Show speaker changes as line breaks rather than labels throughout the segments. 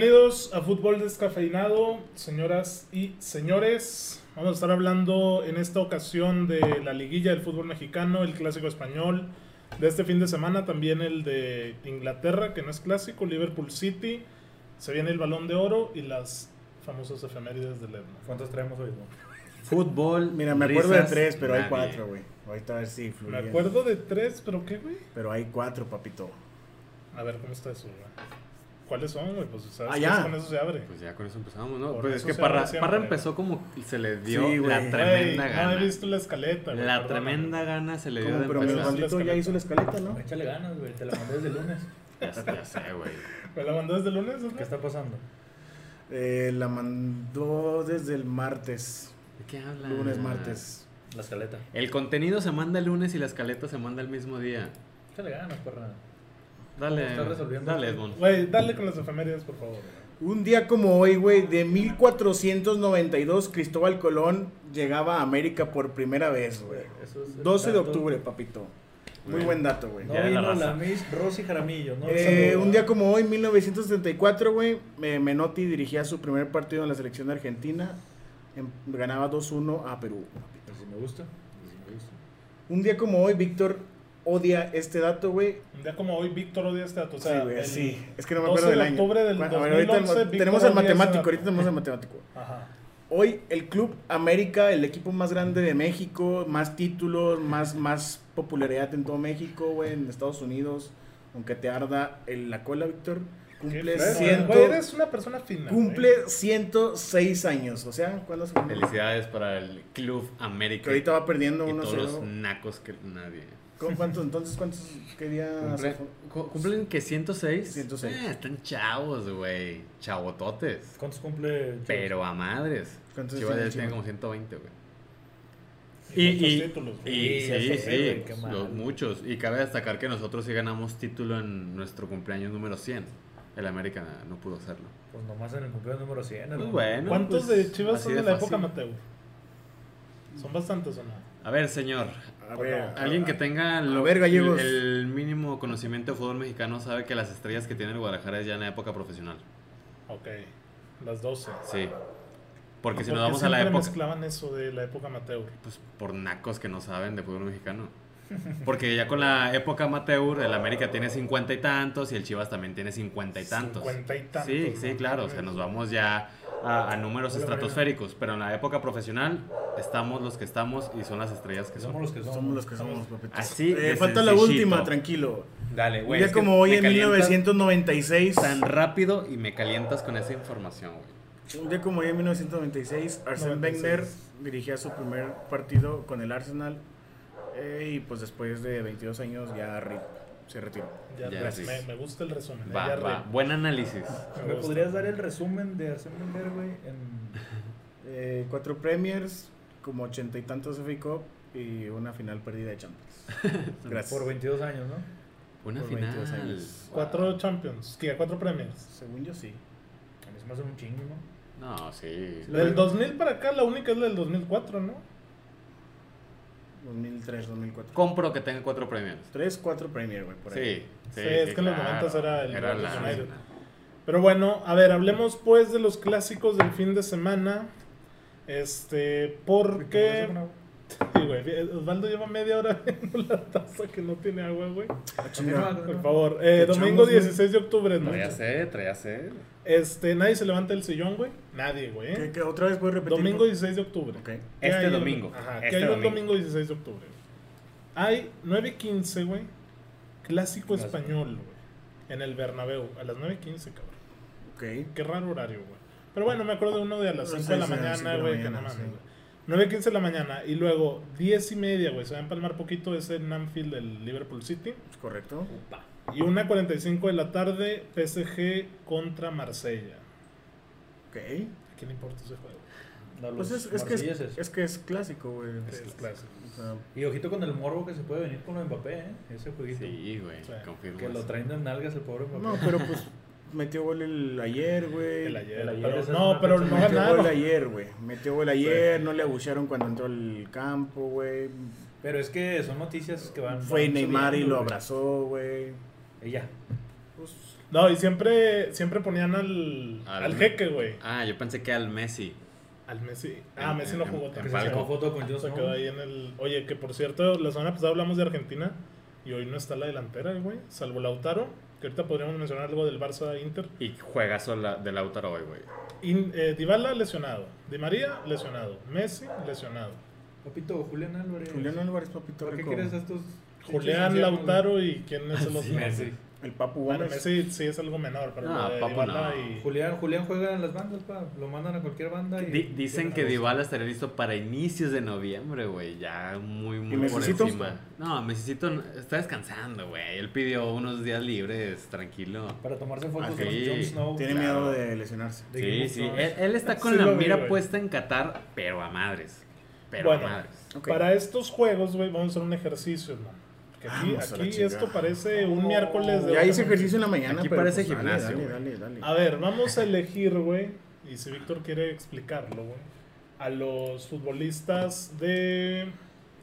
Bienvenidos a Fútbol Descafeinado, señoras y señores. Vamos a estar hablando en esta ocasión de la liguilla del fútbol mexicano, el clásico español de este fin de semana, también el de Inglaterra, que no es clásico, Liverpool City, se viene el balón de oro y las famosas efemérides del EMA.
¿Cuántos traemos hoy? no?
Fútbol.
Mira, me acuerdo de
risas,
tres, pero hay
nadie.
cuatro, güey. Ahorita a ver si
Me
fluye.
acuerdo de tres, pero ¿qué, güey?
Pero hay cuatro, papito.
A ver, ¿cómo está eso, güey? ¿Cuáles son, güey? Pues sabes
Ah,
que
ya.
es con eso se abre.
Pues ya con eso empezamos, ¿no?
Por
pues es
eso
que
se
Parra,
habla siempre,
Parra
güey.
empezó como se le dio
Sí, güey.
la tremenda
Güey,
gana.
No he visto la escaleta, güey.
la
perdóname.
tremenda gana se le dio de
¿Cómo? Pero mi
empezar.
Juan-
Osvaldito ya hizo la escaleta, ¿no?
Échale ganas, güey. Te la mandé desde el lunes.
Ya, ya sé, güey.
¿Me la mandó desde el lunes?
¿Qué está pasando?
Eh, la mandó desde el martes.
¿De qué habla?
Lunes, martes.
La escaleta.
El contenido se manda el lunes y la escaleta se manda el mismo día.
Échale ganas, perra.
Dale.
Está resolviendo.
Dale, Edmond.
Güey, dale con las efemérides, por favor. güey.
Un día como hoy, güey, de 1492, Cristóbal Colón llegaba a América por primera vez, güey.
Eso es el
12 de
dato.
octubre, papito. Muy
Güey.
buen dato, güey.
No
Ya de la
vino la,
raza.
Miss Rosy Jaramillo, ¿no?
Eh,
Saludo.
un día como hoy, 1974, güey, eh, Menotti dirigía su primer partido en la selección de Argentina. Em- ganaba 2-1 a Perú.
Pues si me gusta. pues si me gusta.
Un día como hoy, Víctor odia este dato, güey.
Un día como hoy, Víctor odia este dato. O sea,
sí, güey,
el-
sí. Es que no me
12
acuerdo
de
del año.
octubre del
Bueno, a ver, ahorita
2011, Víctor
tenemos al
odia ese
matemático,
dato.
ahorita tenemos al matemático.
Ajá.
Hoy, el Club América, el equipo más grande de México, más títulos, más, más popularidad en todo México, güey, en Estados Unidos, aunque te arda el- la cola, Víctor. Cumple
Qué feo,
100.
güey, eres una persona fina. güey.
Cumple 106 años. O sea, ¿cuándo se cumple?
Felicidades para el Club América.
Que ahorita va perdiendo
y
uno
todos los
cero.
nacos que nadie.
¿Con cuántos? Entonces, ¿cuántos quería
Cumple- cu- ¿Cumplen que 106?
106.
Eh, están chavos, güey. Chavototes.
¿Cuántos cumple? Chivas?
Pero a madres.
¿Cuántos
Chivas
tiene
ya tiene
Chivas?
como 120, güey.
Y,
Y,
muchos
y-
títulos, güey.
y-
Sí, ya
sí,
sé,
sí,
güey, qué mal.
los- muchos. Y cabe destacar que nosotros sí ganamos título en nuestro cumpleaños número 100. El América no pudo hacerlo.
Pues nomás en el cumpleaños número 100. hermano.
bueno.
¿Cuántos
pues,
de Chivas
así
son
de
de la
fácil.
época Mateo? Son bastantes o no.
A ver, señor.
A ver,
Alguien que tenga lo-
Ah, ver, gallegos.
el mínimo conocimiento de fútbol mexicano sabe que las estrellas que tiene el Guadalajara es ya en la época profesional.
Ok. Las 12.
Sí. Porque si
¿Por
nos
qué
vamos a la
siempre
época.
mezclaban eso de la época Mateo.
Pues por nacos que no saben de fútbol mexicano. Porque ya con la época amateur, el América tiene cincuenta y tantos y el Chivas también tiene cincuenta y tantos.
Cincuenta y tantos.
Sí, sí,
¿no?
claro. O sea, nos vamos ya a, a números estratosféricos. Pero en la época profesional estamos los que estamos y son las estrellas que
Somos
son.
los que somos.
pues Somos los que somos, papitos.
Así
Eh,
de
falta la
sencillito.
última, tranquilo.
Dale,
Un día como hoy, en 1996.
Tan rápido y me calientas con esa información, güey.
Un día como hoy, en 1996, Arsène
96.
Wenger dirigía su primer partido con el Arsenal. eh, y pues después de 22 años ya re- se retiró.
Ya,
Ya,
pues,
sí.
me, me gusta el resumen.
Va,
ya re-
va. Buen análisis.
me
¿Me
gusta.
podrías dar el resumen de Arsène Wenger, güey? En...
Eh, cuatro Premiers, como ochenta y tantos FA Cup y una final perdida de Champions. Gracias.
Por 22 años, ¿no?
Una
Por 22
final.
años.
Cuatro Champions. ¿Qué? Cuatro premios.
Según yo, sí.
A mí se me hace un chingo, ¿no?
No, sí.
La-
Del 2000 para acá, la única es la del 2004, ¿no?
2003, 2004.
Compro que tenga cuatro premios.
Tres, cuatro Premier, güey, por ahí.
Sí, sí,
Sí, es que en los
claro.
90s era el
Era la-
Manchester United. Pero bueno, a ver, hablemos pues de los clásicos del fin de semana. Este, porque. Sí, güey, eh, Osvaldo lleva media hora viendo la taza que no tiene agua, güey.
Ah, chinga.
Por favor, eh,
Te
domingo
echamos, güey.
16 de octubre, ¿no?
Traía sed, traía sed.
Este, nadie se levanta del sillón, güey. Nadie, güey.
¿Qué-
¿eh?
qué? ¿Otra vez puedes repetir?
Domingo 16 de octubre.
Ok.
¿Qué
Este
hay el-
domingo,
Ajá,
este
que hay un
domingo.
domingo 16 de octubre. güey? Hay 9.15, güey. Clásico
Clásico.
español, güey. En el Bernabéu, a las 9.15, cabrón.
Ok.
Qué raro horario, güey. Pero bueno, me acuerdo de uno de a las
Sí,
5 de la
sí, sí,
mañana,
de la
güey, que no
mañana,
mames,
sí.
güey. 9.15 de la mañana y luego 10 y media, güey. Se va a empalmar poquito ese en Anfield del Liverpool City.
Correcto.
Y 1.45 de la tarde, PSG contra Marsella.
Ok.
¿A quién le importa ese juego?
Pues es, es que es, es que es clásico, güey.
Es el clásico.
O sea,
Y ojito con el morbo que se puede venir con lo de Mbappé, ¿eh? Ese jueguito.
Sí, güey,
Sí.
confirmo.
Que lo
eso.
traen de nalgas el pobre Mbappé.
no, pero pues metió gol el ayer, güey.
El ayer.
el ayer,
pero-
esa es
no,
una
pero
fecha.
no
Metió gol
ganaron.
ayer, güey. Metió gol ayer, no le abucharon cuando entró al campo, güey.
Pero es que son noticias que van.
Fue
van
Neymar y
subiendo,
lo
güey.
abrazó, güey.
Y ya.
Pues,
No, y siempre, siempre ponían al,
Al-
al jeque, güey.
Ah, yo pensé que al Messi.
Al Messi. Ah,
En-
Messi
en-
no jugó
en
tanto.
Falco.
Una foto con Jones.
Se quedó ahí en el. Oye, que por cierto, la semana pasada hablamos de Argentina y hoy no está la delantera, güey. Salvo Lautaro, que ahorita podríamos mencionar algo del Barça Inter.
Y juegas de Lautaro hoy, güey.
In- eh, Dybala lesionado. Di María lesionado. Messi lesionado.
Papito, Julián Álvarez.
Julián Álvarez, papito
¿Para qué
rico.
quieres a estos?
Julián
pinches
Lautaro y quién es el
Ah,
otro.
Sí, Messi.
El Papu
Bueno,
Gómez.
Messi sí es algo menor, pero
Ah,
No,
lo de
Papu
Dybala
no.
y.
Julián, Julián juega en las bandas, pa. Lo mandan a cualquier banda. Y
Di- dicen que Dybala estaría listo para inicios de noviembre, güey. Ya muy, muy por
Mesicito?
encima. No, Mesicito no- está descansando, güey. Él pidió unos días libres, tranquilo.
Para tomarse fotos
Ah,
con
sí.
Jon Snow.
Tiene
Claro.
miedo de lesionarse.
De Game
Sí,
of
sí.
Thrones.
Él, él está con
Sí
la
lo vi,
mira
güey.
puesta en Qatar, pero a madres. Pero
Bueno.
a madres.
Ok.
Para estos juegos, güey, vamos a hacer un ejercicio, hermano. Que aquí,
Vamos a la
aquí
chingada.
esto parece un miércoles de.
Ya
otra
hice
noche.
ejercicio en la mañana.
Aquí
pero pues
parece
dale,
gimnasio,
Dale,
güey.
dale, dale.
A ver, vamos a elegir, güey, y si Víctor quiere explicarlo, güey, a los futbolistas de...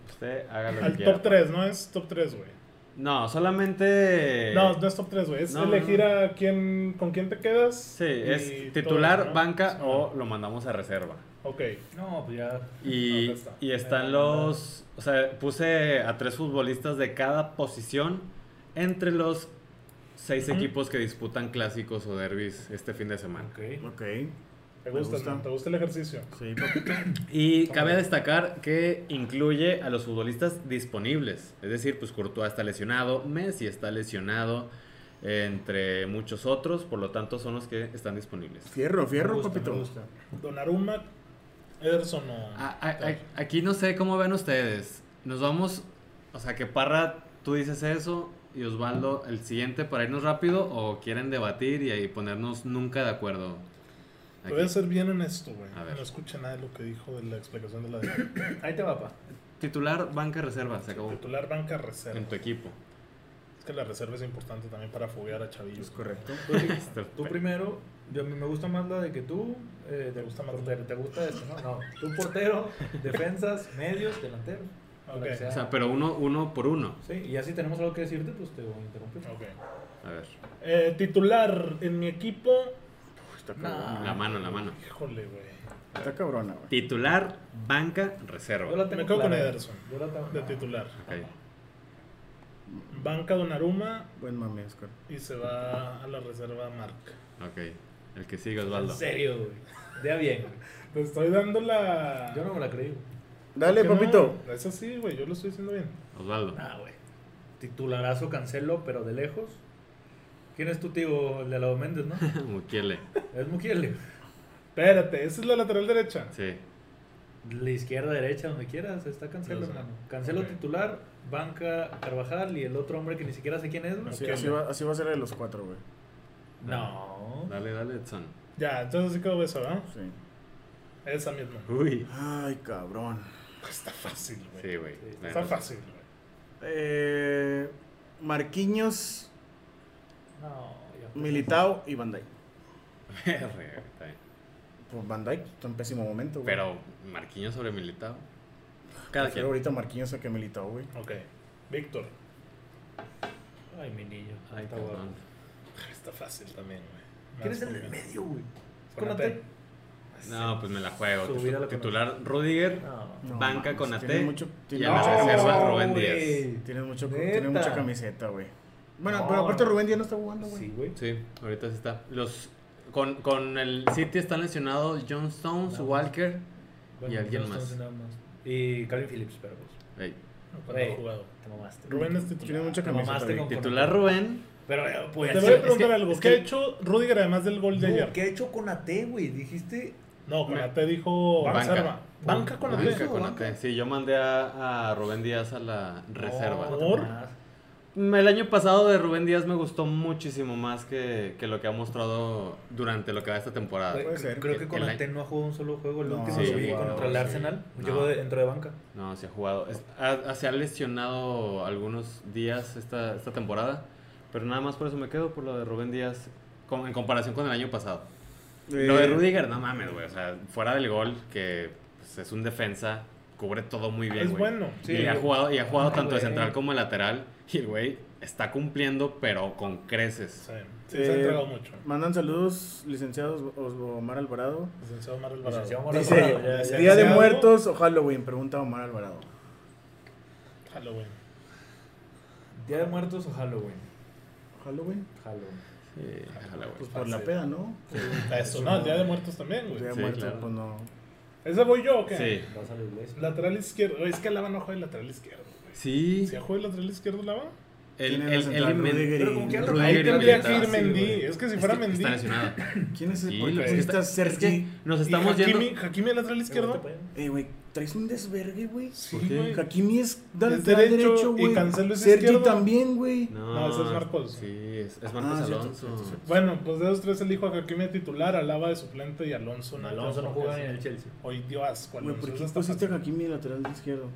Usted haga lo que
Al
quiera.
top 3, ¿no? Es top 3, güey.
No, solamente.
No, no es top 3, güey. Es
no,
elegir
no.
a quién, con quién te quedas.
Sí,
y
es
todo,
titular,
¿no?
banca
Sí.
o lo mandamos a reserva.
Ok.
No, pues ya.
Y,
Acá está.
y están los. O sea, puse a tres futbolistas de cada posición entre los seis
Ujú.
equipos que disputan clásicos o derbis este fin de semana.
Ok.
Ok.
¿Te
Me
gusta,
gusta.
no? ¿Te gusta el ejercicio?
Sí, papito.
Y cabe destacar que incluye a los futbolistas disponibles. Es decir, pues Courtois está lesionado, Messi está lesionado, entre muchos otros. Por lo tanto, son los que están disponibles.
Fierro, fierro,
Me gusta,
papito.
me gusta.
Donnarumma, Ederson o...
A- a- a- Ah, aquí no sé cómo ven ustedes. Nos vamos, o sea, que Parra, tú dices eso y Osvaldo el siguiente para irnos rápido o quieren debatir y ahí ponernos nunca de acuerdo.
Te voy a
Pues
Aquí.
ser bien honesto, güey.
A ver.
No escuché nada de lo que dijo de la explicación de la... de-
Ahí te va, pa.
Titular, banca, reserva, se acabó.
titular, banca, reserva.
En tu equipo.
Es que la reserva es importante también para foguear a chavillos.
Es correcto.
Tú, Este,
Este,
tú primero. Yo, me gusta más la de que tú. Eh, te gusta más. Portero, te gusta esto, ¿no? No. Tú portero, defensas, medios, delantero. para
Ok.
que sea-
O sea, pero uno, uno por uno.
Sí, y ya si tenemos algo que decirte, pues te interrumpimos.
Ok.
A ver,
Eh, titular en mi equipo.
Está
Nah.
cabrona.
la mano, la mano.
Híjole, güey.
Está cabrona, güey.
Titular, banca,
Yo
reserva.
la tengo
Me quedo con
clara.
Ederson,
Yo la tengo-
De
no.
titular.
Ok.
Banca Donaruma
Buen mame, Oscar.
y se va a la reserva Mark.
Ok. El que sigue,
En
Osvaldo.
serio, güey. De a bien. güey.
Te estoy dando la.
Yo no me la creí. güey.
Dale,
¿Por qué
papito.
no? Es así, güey. Yo lo estoy haciendo bien.
Osvaldo.
Nah, güey. Titularazo cancelo, pero de lejos. ¿Quién es tu tío? El de Lado Méndez, ¿no?
Mukiele.
Es Mukiele.
Espérate, esa es la lateral derecha.
Sí.
La izquierda, derecha, donde quieras. Está cancelo,
Los-
hermano. Cancelo
ok.
titular, banca Carvajal y el otro hombre que ni siquiera sé quién es, güey.
Así,
Ok.
así va, así va a ser de los cuatro, güey.
No.
Dale, dale, Edson.
Ya, entonces sí quedó esa, ¿verdad?
Sí.
Esa misma.
Uy.
Ay, cabrón.
Está fácil, güey.
Sí, güey.
Sí,
Está
Bueno.
fácil, güey.
Eh, Marquinhos,
No. ya.
Militao y Van Dijk.
Verga, güey, está bien.
Pues Van Dijk está en pésimo momento, güey.
Pero Marquinhos sobre Militao. Cada quien.
Prefiero ahorita Marquinhos a que Militao, güey.
Ok. Víctor.
Ay, mi niño.
Ay,
Está guapo.
cabrón.
Está fácil también, güey.
¿Quién es el del
del
medio, güey? ¿Es
Con
Conate?
Ate.
No, pues me la juego.
Subir a la
Titu- Titular Rudiger,
No.
No,
banca
mames,
con
tiene
AT
mucho-
y
tiene
a la
mucho-
reserva
No,
Rubén
güey.
Díaz.
Tienes mucho,
Neta.
tienes mucha camiseta, güey. Bueno,
No,
pero aparte
no.
Rubén Díaz no está jugando, güey.
Sí, güey.
Sí, ahorita sí está. Los con, con el City están lesionados John Stones,
No.
Walker.
Bueno,
Y alguien
no
más.
estamos en nada más. Y Calvin Phillips, pero pues.
Ey.
Cuando ha jugado.
Te mamaste.
Rubén es
Tiene
titular.
mucha
Te
camiseta.
mamaste
güey.
con-
Titular Rubén.
Pero eh, pues.
Te
Es
voy a
que-
preguntar algo.
es
¿Qué
que-
ha hecho Rudiger además del gol de ayer?
¿Qué ha hecho con AT, güey? Dijiste.
No, con
Me-
la T dijo
Banca.
reserva. Banca con la
Banca
T.
Eso,
con
banca.
AT. Sí, yo mandé a, a Rubén Díaz a la reserva.
No,
¿Por?
te mamaste.
El año pasado de Rubén Díaz me gustó muchísimo más que, que lo que ha mostrado durante lo que va esta temporada.
Güey,
puede
cre-
ser.
Creo
El-
que con
el
AT no ha jugado un solo juego. El
No,
último
sí,
lo vi
sí,
contra
jugador,
el
sí.
Arsenal.
No.
Llegó de- dentro de banca.
No, se ha jugado. Es- ha- ha- se ha lesionado algunos días esta, esta temporada. Pero nada más por eso me quedo por lo de Rubén Díaz con- en comparación con el año pasado. Lo de
Eh,
Rudiger, no mames, güey. O sea, fuera del gol, que pues, es un defensa, cubre todo muy bien,
Es
güey.
bueno.
Sí,
y, ha
yo-
jugado, y ha jugado
Ay,
tanto de
güey.
central como de lateral. Y el güey está cumpliendo, pero con creces.
Sí, sí se ha
Eh,
entregado mucho.
Mandan saludos, licenciados Omar Alvarado.
Licenciado Omar Alvarado.
Licenciado Omar
Dice,
Alvarado, ya- ya-
Día de
Licenciado.
Muertos o Halloween, pregunta Omar Alvarado.
Halloween.
Día de Muertos o Halloween.
¿Halloween?
Halloween.
Sí, ojalá, güey.
Pues por la
Fácil.
peda, ¿no?
Eso, no, el Día de Muertos también, güey.
Día de
Sí,
Muertos,
claro.
pues no.
¿Ese voy yo o qué?
Sí.
Vas a la iglesia.
Lateral izquierdo. Es que Lava no juega el lateral izquierdo.
Sí,
Si ha jugado el lateral izquierdo, Lava.
el,
¿Quién
el,
era
el,
central?
men-
Rudiger
Pero como
y-
que
Rudiger.
Ahí
Rudiger
tendría
invitado.
que ir
Sí,
Mendy.
güey.
es que si fuera
Es que
Mendy.
Está lesionado.
¿Quién es
Sí,
ese?
lo-
¿Por
es
qué
que
estás
está- es que
Sergi?
nos
Y
estamos
Hakimi,
yendo.
Hakimi el lateral izquierdo.
Este
Eh, güey, traes un desvergue, güey.
Sí,
¿Por qué?
güey.
Hakimi es
Es
del
derecho,
derecho,
y
güey.
Cancelo es
Sergi
izquierdo.
también, güey.
No, ese es Marcos.
Sí, es, es Marcos
Ah, cierto,
Alonso.
cierto, cierto.
Bueno, pues de esos tres elijo a Hakimi de titular, a Lava de suplente y a Alonso. en el
Alonso no
campo,
juega ni
porque
en el Chelsea.
Hoy dio asco.
Güey,
Alonso,
¿por
eso
qué
está
pusiste a
fácil.
Hakimi de lateral izquierdo?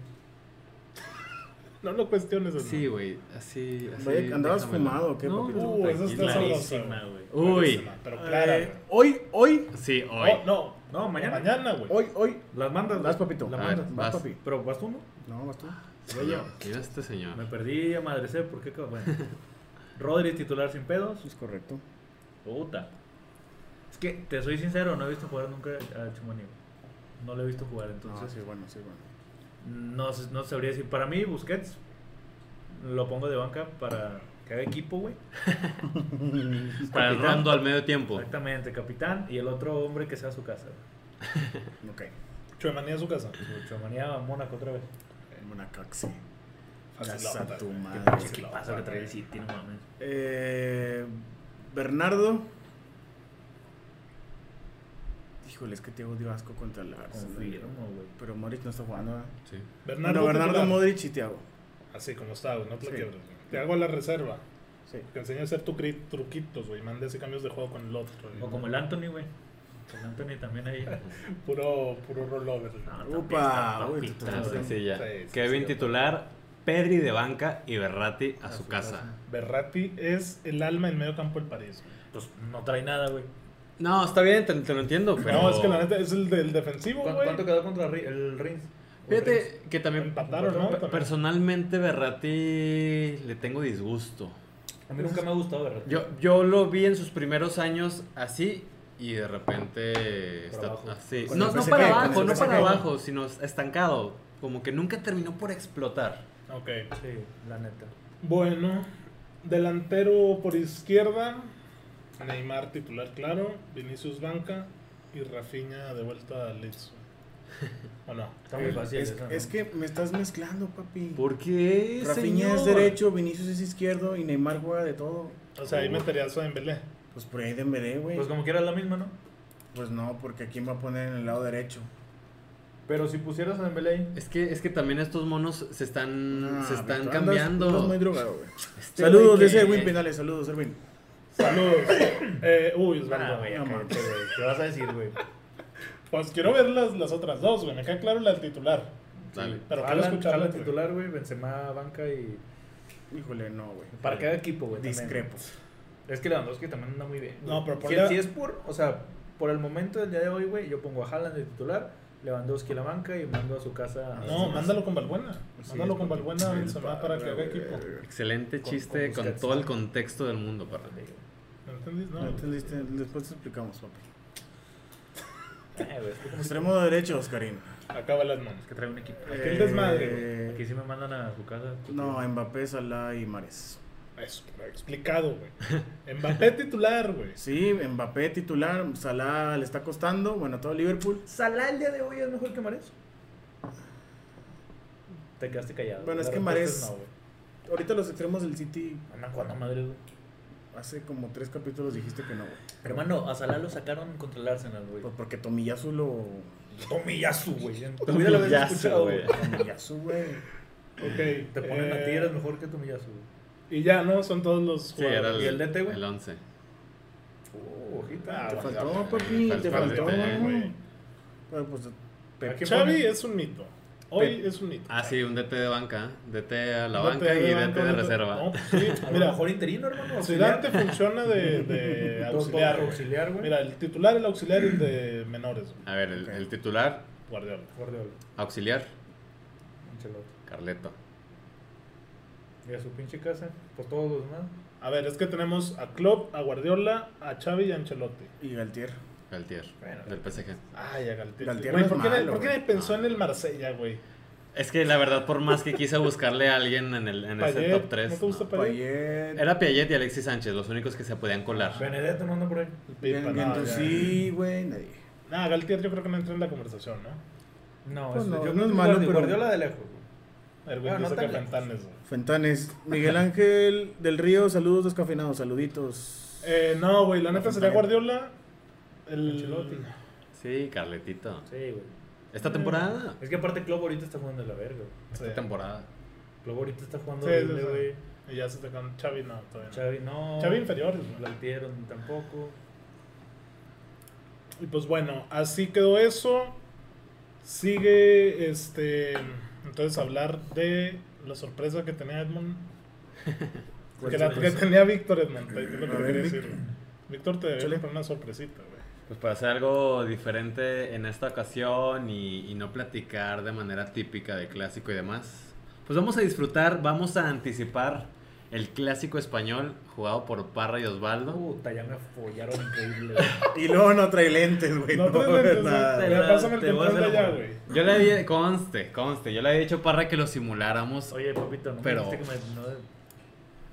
No lo cuestiones. hermano.
Sí, güey, así, así.
Güey, ¿andabas
déjamelo.
fumado o qué,
No,
papi?
no,
Pues
Uh, eso está
tranquila.
sabroso.
Clarísima, güey.
Uy,
Pero clara,
Eh,
güey.
hoy, hoy,
sí, hoy.
Oh, no,
No, mañana.
mañana, güey.
hoy, hoy.
Las mandas.
Vas, papito.
La
A ver,
mandas.
Vas,
vas.
papi.
Pero vas tú, ¿no?
No, vas tú.
Señor, Mira este señor.
Me perdí, amadrecé, ¿por qué? cabrón? Bueno. Rodri titular sin pedos.
Eso es correcto.
Puta. Es que, te soy sincero, no he visto jugar nunca a Chumani. güey. No lo he visto jugar,
No,
entonces
sí, bueno, sí, bueno.
no, sé- no sabría decir. Para mí, Busquets lo pongo de banca para que haga equipo, güey.
Para el
Capitán.
rondo al medio tiempo.
Exactamente, capitán y el otro hombre que sea a su casa.
Ok.
Chuemanía a su casa.
Chumani a Mónaco otra vez.
Monacaxi.
Facilota,
Casa tu
güey.
madre.
Qué pinche
¿Qué
clava,
pasa que
güey.
trae el City? No mames.
Eh, Bernardo. Híjole, es que Thiago dio asco contra el Arsenal.
Confirmo, güey.
Pero Modric no está jugando. ¿verdad?
Sí.
Bernardo,
Bueno, Bernardo
titular.
Modric y Thiago.
Así como está, güey. No te la
Sí.
quiebres, güey. Te hago a la reserva.
Sí.
Que enseñé a hacer tu cri- truquitos, güey. Mande así cambios de juego con el otro. güey.
O como el Anthony, güey. El Anthony también ahí.
Puro, puro rollover. güey.
No, también
Upa,
está
uy,
papita,
tú
Ah,
estás
güey.
en-
Sencilla.
Sí, sí,
Kevin
sí,
titular, Pedri de banca y Berratti a, su casa.
Berratti es el alma en medio campo del París. güey.
Pues no trae nada, güey.
No, está bien, te, te lo entiendo, pero.
No, es que la neta es el del defensivo, güey.
quedó contra el Rins?
Fíjate que también.
Empataron, ¿no?
pe-
También.
Personalmente, Berratti le tengo disgusto.
A mí nunca me ha gustado, ¿verdad?
Yo, yo lo vi en sus primeros años así y de repente
Para
está
abajo.
así.
Con
No,
el
no
PSG,
para
con el
abajo, no
PSG.
para abajo, sino estancado. Como que nunca terminó por explotar.
Ok.
Sí, la neta.
Bueno, delantero por izquierda. Neymar titular, claro. Vinicius Banca. Y Rafinha de vuelta a Leeds. güey. ¿O no?
Está muy fácil.
Es,
esa, ¿no?
es que me estás mezclando, papi.
¿Por qué?
Rafinha es
señor?
derecho, Vinicius es izquierdo y Neymar juega de todo.
O sea, ahí meterías a Dembélé.
Pues por ahí Dembélé, güey.
Pues como quiera es la misma, ¿no?
Pues no, porque aquí va a poner en el lado derecho.
Pero si pusieras a Dembélé ahí,
Es que, es que también estos monos se están,
Ah,
se están
Víctor, andas-
cambiando.
andas muy drogado, güey.
Este
Saludos,
güey
dice
que-
Erwin Pinales. Saludos, Erwin.
Saludos. Eh, uy, Osvaldo.
güey,
no
cállate, güey. ¿Qué vas a decir, güey?
Pues quiero ver las, las otras dos, güey. Me queda claro la del titular.
Dale.
Pero quiero
Alan,
escuchar
Alan
la titular.
titular, güey, Benzema, banca y...
Híjole, no, güey.
Para cada equipo, güey. también.
Discrepo.
Es que Lewandowski también anda muy bien. güey.
No, pero por
si,
la-
si es por, o sea, por el momento del día de hoy, güey, yo pongo a Haaland de titular, Lewandowski a la banca y mando a su casa. a-
No, mándalo con Balbuena.
Sí,
Mándalo
es
con
porque-
Balbuena a
el
Benzema para que haga
padre,
equipo.
güey.
Excelente
Con-
chiste
con
con,
Busquets.
todo el contexto del mundo, para
¿No entendiste?
No
No.
entendiste, después te explicamos, papi.
Eh, güey, es que como-
Extremo derecho, Oscarín.
Acaba las manos.
es que trae un equipo.
Aquel desmadre,
Eh,
Aquí sí me mandan a su casa.
No, em- Mbappé, Salah y Mares.
Eso, pero explicado, güey. Mbappé titular, güey.
Sí, Mbappé titular, Salah le está costando, bueno, a todo Liverpool.
Salah el día de hoy es mejor que Mares. Te quedaste callado.
Bueno, es
La
que
respuesta
Mahrez-
es No, güey.
Ahorita los extremos del City,
Andan jugando a madre, güey.
hace como tres capítulos dijiste que no, güey.
Hermano, a Salah lo sacaron contra el Arsenal, güey.
Pues porque Tomiyasu lo...
Tomiyasu, güey. En tu
Tomiyasu,
vida lo habías escuchado,
güey.
güey.
Tomiyasu, güey.
Ok.
Te ponen a ti,
eh,
eres mejor que Tomiyasu, güey.
Y ya, ¿no? Son todos los
Sí, era
jugadores.
el,
¿Y el DT, güey?
el 11.
Oh,
Ah,
hojita.
Te
bueno,
faltó,
ya,
papi,
faltó
te
el
faltó.
DT,
güey.
Bueno, pues Pep.
Aquí-
Xavi
pone?
es un mito. Hoy es un mito.
Ah, sí, un DT de banca. DT a la
Un
banca
DT
y
banca,
DT de
un DT
reserva.
No, sí,
A lo
mira,
mejor interino, hermano.
Zidane te funciona de, de auxiliar.
Auxiliar,
güey.
auxiliar, güey.
Mira, el titular, el auxiliar y el de menores, güey.
A ver, el,
Ok.
el titular,
Guardiola.
Guardiola.
auxiliar,
Ancelotti.
Carleto.
Y a su pinche casa, por todos los demás.
A ver, es que tenemos a Klopp, a Guardiola, a Xavi y a Ancelotti.
Y Galtier.
Galtier,
Bueno,
del PSG.
Ay, a Galtier.
Galtier
Güey,
no es
¿por, qué, nadie-
malo,
¿Por qué
güey.
nadie pensó en el Marsella, güey?
Es que la verdad, por más que quise buscarle a alguien en, el, en ese
Payet,
top 3,
¿No te gusta Payet? Ah,
Payet.
era Piaget y Alexis Sánchez, los únicos que se podían colar.
Benedetto no anda por ahí.
Bien, bien, tú sí, güey. Nadie.
Nah, Galtier yo creo que no entra en la conversación, ¿no?
No,
Pues
es-
no,
yo
no
creo
es
que
malo,
Guardi-
pero-
Guardiola de lejos. güey.
El güey
Ah, no
dice que
tan lejos.
Fentanes, güey.
Fentanes. Miguel Ángel del Río, saludos descafeinados, saluditos.
Eh, no, güey, la neta sería
Fentanes.
Guardiola. El...
Ancelotti.
Sí, Carletito.
Sí, güey.
Esta temporada.
Es que aparte Klopp ahorita está jugando de la verga. güey.
Sí.
Esta temporada.
Klopp ahorita está jugando
Sí,
de
sí, sí.
güey.
Y ya se te con Xavi, no, todavía
Xavi no.
Xavi inferiores, güey.
Galtier tampoco.
no. Y pues bueno, así quedó eso. Sigue, este... Entonces hablar de la sorpresa que tenía Edmond.
¿Cuál
Pues,
Que, la- que
sorpresa?
tenía Víctor Edmond. Es lo
A
que te
ver,
quería
Vic.
decir. güey. Víctor te
Échale.
debe poner una sorpresita, güey.
Pues para hacer algo diferente en esta ocasión y, y no platicar de manera típica de clásico y demás, pues vamos a disfrutar, vamos a anticipar el clásico español jugado por Parra y Osvaldo.
Puta, ya me follaron increíble. güey.
Y luego no trae lentes, güey.
No,
No,
tres lentes,
nada.
güey. Ya, Pásame el
Te voy a
control de
hacer
allá,
la-
güey.
Yo le había, conste, conste, yo le había dicho a Parra que lo simuláramos,
Oye, papito, no
Pero-
me dijiste que me. no-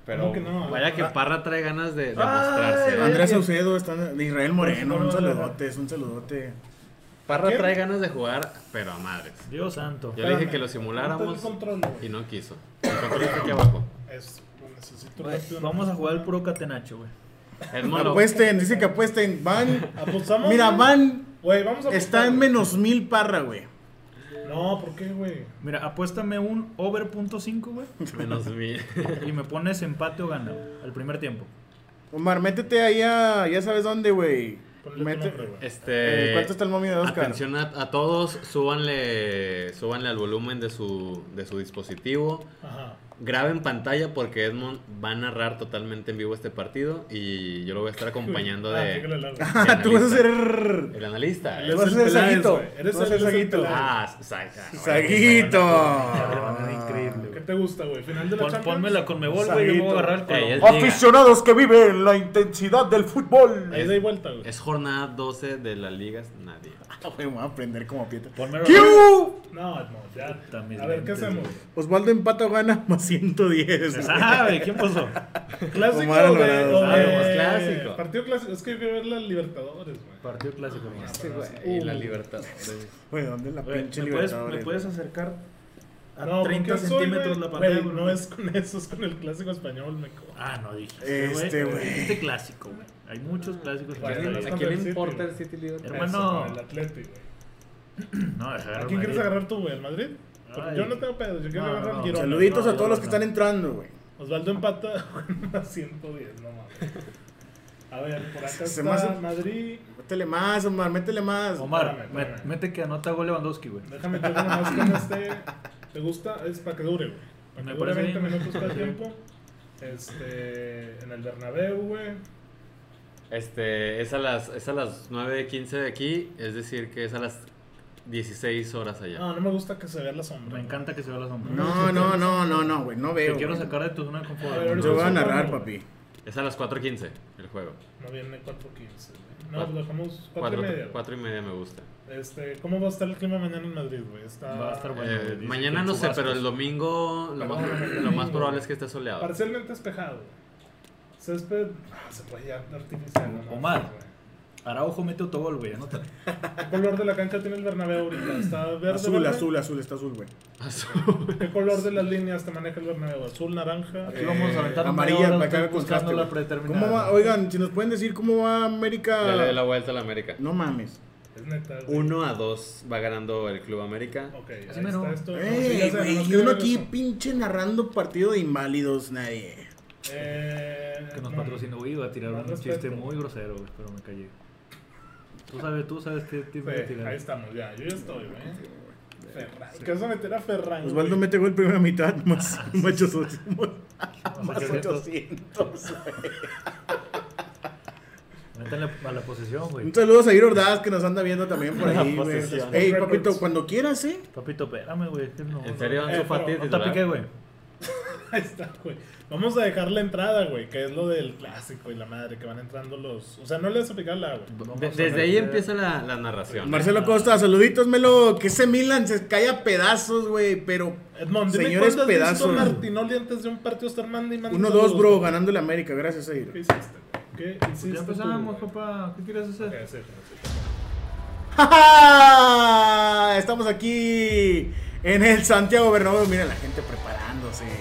pero
¿cómo que no?
vaya que
Ah.
Parra trae ganas de, de
Ay,
mostrarse. ¿eh?
Andrés Saucedo, está- de Israel Moreno,
No, no,
un
no, no.
saludote, es un saludote.
Parra
¿Quién?
trae ganas de jugar, pero a madres.
Dios santo.
Yo le dije
Espérame.
que lo
Ponte
simuláramos
el control, güey.
y no quiso. El control está aquí abajo.
Es, lo necesito
Güey,
rápido.
Pues, Vamos a jugar el puro catenacho, güey.
Ah,
Edmond lo-
Apuesten, dice que apuesten. Van.
¿Apostamos?
Mira,
man.
Van
Güey, vamos a
está en
menos
menos mil parra, güey.
No, ¿por qué, güey?
Mira, apuéstame un over punto cinco, güey.
menos mil.
Y me pones empate o gana, güey, al primer tiempo.
Omar, métete ahí a. Ya sabes dónde, güey.
Ponle tu
Mete-
nombre, güey.
Este.
Eh, ¿Cuánto está el momio de Oscar?
Atención a, a todos, súbanle, súbanle al volumen de su, de su dispositivo.
Ajá.
Graben pantalla porque Edmond va a narrar totalmente en vivo este partido y yo lo voy a estar acompañando
Ah,
de.
sí que la
el
largo.
Ah, tú vas a
analista.
hacer.
El analista.
Él
vas a
es el
hacer
Peláez,
saguito.
güey. Eres
Tú vas
el-
a hacer
eres el
saguito.
Peláez.
Ah, Sa- Sa-
Saguito.
Ah,
Increíble,
¿Qué te gusta, güey? Final de la
Pon-
Champions.
ponme la conmebol, güey. Yo me voy a agarrar el
Ey,
colón.
es liga.
Aficionados que viven la intensidad del fútbol.
Ahí da y vuelta, güey.
Es jornada 12 de la Liga Nadie.
Ah, güey, me voy a aprender como Pietra.
Ponme
¿Qué hubo?
No, Edmond, ya.
Puta, mis
A ver, ¿qué
lentes,
hacemos?
güey.
Osvaldo empata o gana más 110. güey.
Ah, güey, ¿quién pasó?
¿Clásico
Omar
o de-
Alvarado.
o de-
Ah, pues, clásico.
Partido clásico. Es que hay que ver las Libertadores, güey.
Partido clásico, güey.
Y la libertad.
Güey, ¿dónde la
Güey,
Ah, pinche
¿me puedes,
Libertadores?
me puedes acercar a
No, porque
30
soy,
centímetros
güey,
la pantalla?
güey,
güey?
no es con eso, es con el clásico español, me co-
Ah, no dije.
Este, güey.
Este clásico, güey. Hay muchos clásicos. en
Bueno,
esta
no
vida.
está-
¿A quién le importa el City Liverpool?
Hermano.
Eso, con El Atleti, güey.
No, deja
¿A
agarrar
quién
Madrid.
quieres agarrar tú, güey? ¿Al Madrid? Porque
Ay.
Yo no tengo pedo, yo quiero
No,
agarrar
no,
al
no.
Girona.
Saluditos
No,
a
no,
todos los
no,
que
no.
están entrando, güey.
Osvaldo empata con una 110, no mames. A ver, por acá
Se
está
me hace-
Madrid.
Métele más, Omar, métele más.
Omar,
Espérame,
me-
espérame.
mete que anota gol Lewandowski, güey.
Déjame que haga nomás con este. ¿Te gusta? Es para que dure, güey. Para que
Me
dure
parece
20
bien.
minutos cada tiempo. Este. En el Bernabéu, güey.
Este, es a las, es a las 9.15 de aquí, es decir que es a las 16 horas allá.
No, no me gusta que se vea la sombra.
Me encanta que se vea la sombra.
No, no, no, no, no, güey, no
Te
veo.
quiero
güey.
sacar de tu zona de confort.
A ver, ahorita
Yo voy a narrar,
Vamos.
papi.
Es a las 4.15 el juego.
No viene 4.15, güey. No,
Cuatro-
lo dejamos 4 y media.
4,
güey.
y media me gusta.
Este, ¿Cómo va a estar el clima mañana en Madrid, güey? Está...
Va a estar bueno.
Eh,
dice
mañana
que
no sé,
chubascos.
pero el domingo lo más,
Perdón, el
lo más
domingo.
probable es que esté soleado.
Parcialmente despejado. güey. Césped. Ah, se puede ya artificial. ¿no?
Omar. Araujo mete autogol, güey. Anota.
¿Qué color de la cancha tiene el Bernabéu ahorita? ¿Está verde?
Azul,
verde?
azul, azul, está azul, güey.
Azul.
¿Qué color de las líneas te maneja el Bernabéu? ¿Azul, naranja? Eh,
Aquí vamos a aventar media
Eh, amarilla,
hora,
para que
estoy
haga contraste,
buscando la
güey.
predeterminada.
¿Cómo va? Oigan, si nos pueden decir cómo va América.
Ya le dé la vuelta a la América.
No mames.
Es neta. güey.
1 a 2 va ganando el Club América.
Ok, ahí
Así mero.
está esto. No, sí, ya sé,
Ey, Eh, güey,
nomás
y
quiero
uno
ver
aquí
eso.
pinche narrando partido de inválidos, nadie.
Eh,
Que nos
no.
patrocinó, güey, iba a tirar
Más
un
respeto.
chiste muy grosero, güey, pero me callé. Tú sabes, tú sabes qué
Sí,
tipo de
ahí
tirar.
estamos, ya. Yo ya estoy, güey. Ferran. ¿Qué vas a meter a Ferran?
Osvaldo
güey? Ah,
mete gol primera mitad, más, más 800.
O sea,
Más
que esto-
800.
Métanle a la posesión, güey.
Un saludo a Zair Ordaz que nos anda viendo también por ahí,
La
güey.
posesión.
Ey, papito, cuando quieras, eh.
Papito, espérame, güey. es que no-
¿En serio?
Eh,
Ansu Fati
pero
No te
titular?
piqué, güey.
Ahí está, güey. Vamos a dejar la entrada, güey, que es lo del clásico y la madre, que van entrando los. O sea, no le vas a picar la, güey.
Vamos
De-
a
desde
ver
ahí
qué-
empieza la, la narración.
Marcelo Costa, saluditos, Melo. Que ese Milan se cae a pedazos, güey. Pero
Edmond, dime
Señores
cuándo has visto
pedazos.
Martinoli antes de un partido estar manda y manda
1-2,
saludos,
bro,
güey?
ganando la América. Gracias, Airo.
¿Qué hiciste, güey? ¿Qué hiciste?
Ya empezamos,
tú, güey?
papá. ¿Qué quieres
¿Qué
hacer?
hacer, güey?
¡Ja, ja! Estamos aquí en el Santiago Bernabéu. Mira la gente preparándose. Mira,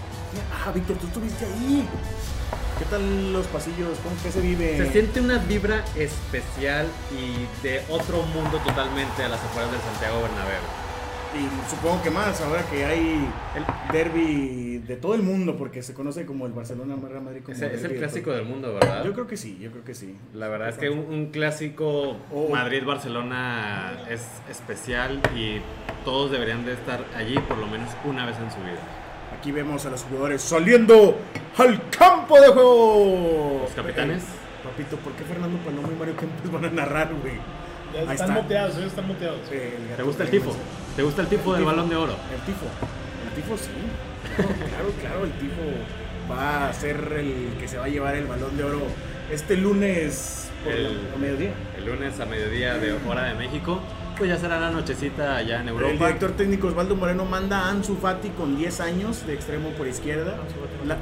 Ah, Víctor, tú estuviste ahí. ¿Qué tal los pasillos? ¿Cómo que se vive?
Se siente una vibra especial y de otro mundo totalmente a las afueras del Santiago Bernabéu.
Y supongo que más ahora que hay el derby de todo el mundo, porque se conoce como el Barcelona Real Madrid. Como
Es, es
derbi
el
de
clásico
todo.
del mundo, ¿verdad?
Yo creo que sí, yo creo que sí.
La verdad es que un, un clásico
Oh.
Madrid-Barcelona es especial y todos deberían de estar allí por lo menos una vez en su vida.
Aquí vemos a los jugadores saliendo al campo de juego.
Los capitanes.
Eh, papito, ¿por qué Fernando Palomo y Mario Kempes van a narrar, güey?
Ya
Ahí
están
está.
moteados, ellos están moteados.
El
¿Te gusta el
gato
tifo?
Kempes.
¿Te gusta el tifo del
Tifo.
balón de oro?
El tifo. El tifo sí. Claro, claro, claro, el tifo va a ser el que se va a llevar el balón de oro este lunes por
El-
la- a mediodía.
El lunes a mediodía de hora de México, pues ya será la nochecita allá en
El
Europa.
director técnico Osvaldo Moreno manda a Ansu Fati con 10 años de extremo por izquierda. La-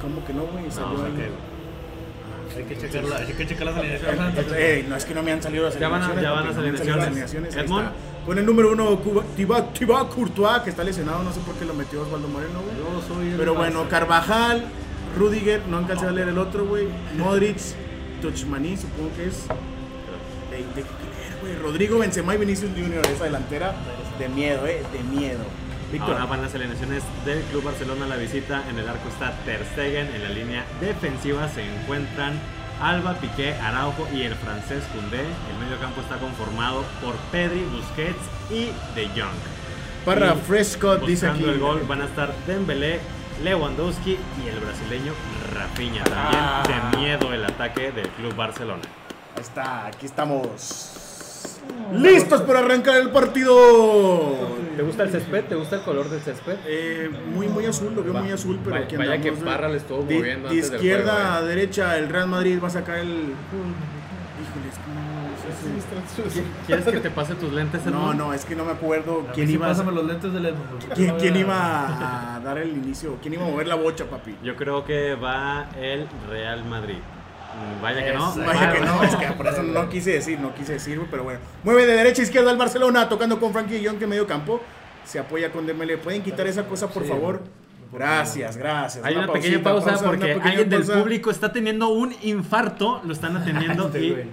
¿Cómo que no, güey?
No,
Salió
o sea
ahí.
que
Hay que checar la- hay que checar las
Ey, Eh, no es que no me han salido las
Ya van a-
alineaciones.
ya van
porque
las
no me han salido las
alineaciones.
alineaciones. Ahí
Edmond.
está. Pone el número uno Cuba- Thibaut, Thibaut Courtois, que está lesionado, no sé por qué lo metió Osvaldo Moreno, güey.
yo soy el
Pero bueno,
Barça.
Carvajal, Rudiger, no alcancé a leer el otro, güey. Modric, Tochmaní, supongo que es. De, de- güey, Rodrigo Benzema y Vinicius Junior, esa delantera de miedo, eh, de miedo. Víctor,
Ahora van las alineaciones del Club Barcelona a la visita. En el arco está Ter Stegen. En la línea defensiva se encuentran Alba, Piqué, Araujo y el francés Koundé. El medio campo está conformado por Pedri, Busquets y De Jong.
para
Y
Frescott dice aquí.
Buscando el gol van a estar Dembélé, Lewandowski y el brasileño Rafinha. También
Ah.
de miedo el ataque del Club Barcelona.
Ahí está, aquí estamos. Listos para arrancar el partido.
¿Te gusta el césped? ¿Te gusta el color del césped?
Eh, muy, muy azul, lo veo muy azul, pero
vaya-
aquí
vaya
andamos,
que
güey.
Parra le estuvo
De-
moviendo
De,
antes del
izquierda
juego, eh.
a derecha, el Real Madrid va a sacar el. Híjoles,
Sí,
¿cómo se hace?
están-
¿Quieres que te pase tus lentes?
No,
Edmond?
no, es que no me acuerdo
¿Quién
quién iba, a-
Pásame los lentes del Edmund. porque
quién,
no
quién
veo nada.
iba a dar el inicio, quién iba a mover la bocha, papi.
Yo creo que va el Real Madrid. Mm, Vaya que no.
Exacto.
Vaya
Ah,
que no,
no.
es que por eso no quise decir, no quise decir, güey, pero bueno. Mueve de derecha a izquierda al Barcelona, tocando con Frankie Guillón, que medio campo. Se apoya con Dembélé. ¿Pueden quitar esa cosa, por
Sí,
favor?
güey.
Gracias, gracias.
Hay una,
pausita,
pequeña pausa,
una
porque
pequeña
alguien del
pausa.
público está teniendo un infarto, lo están atendiendo
Este güey.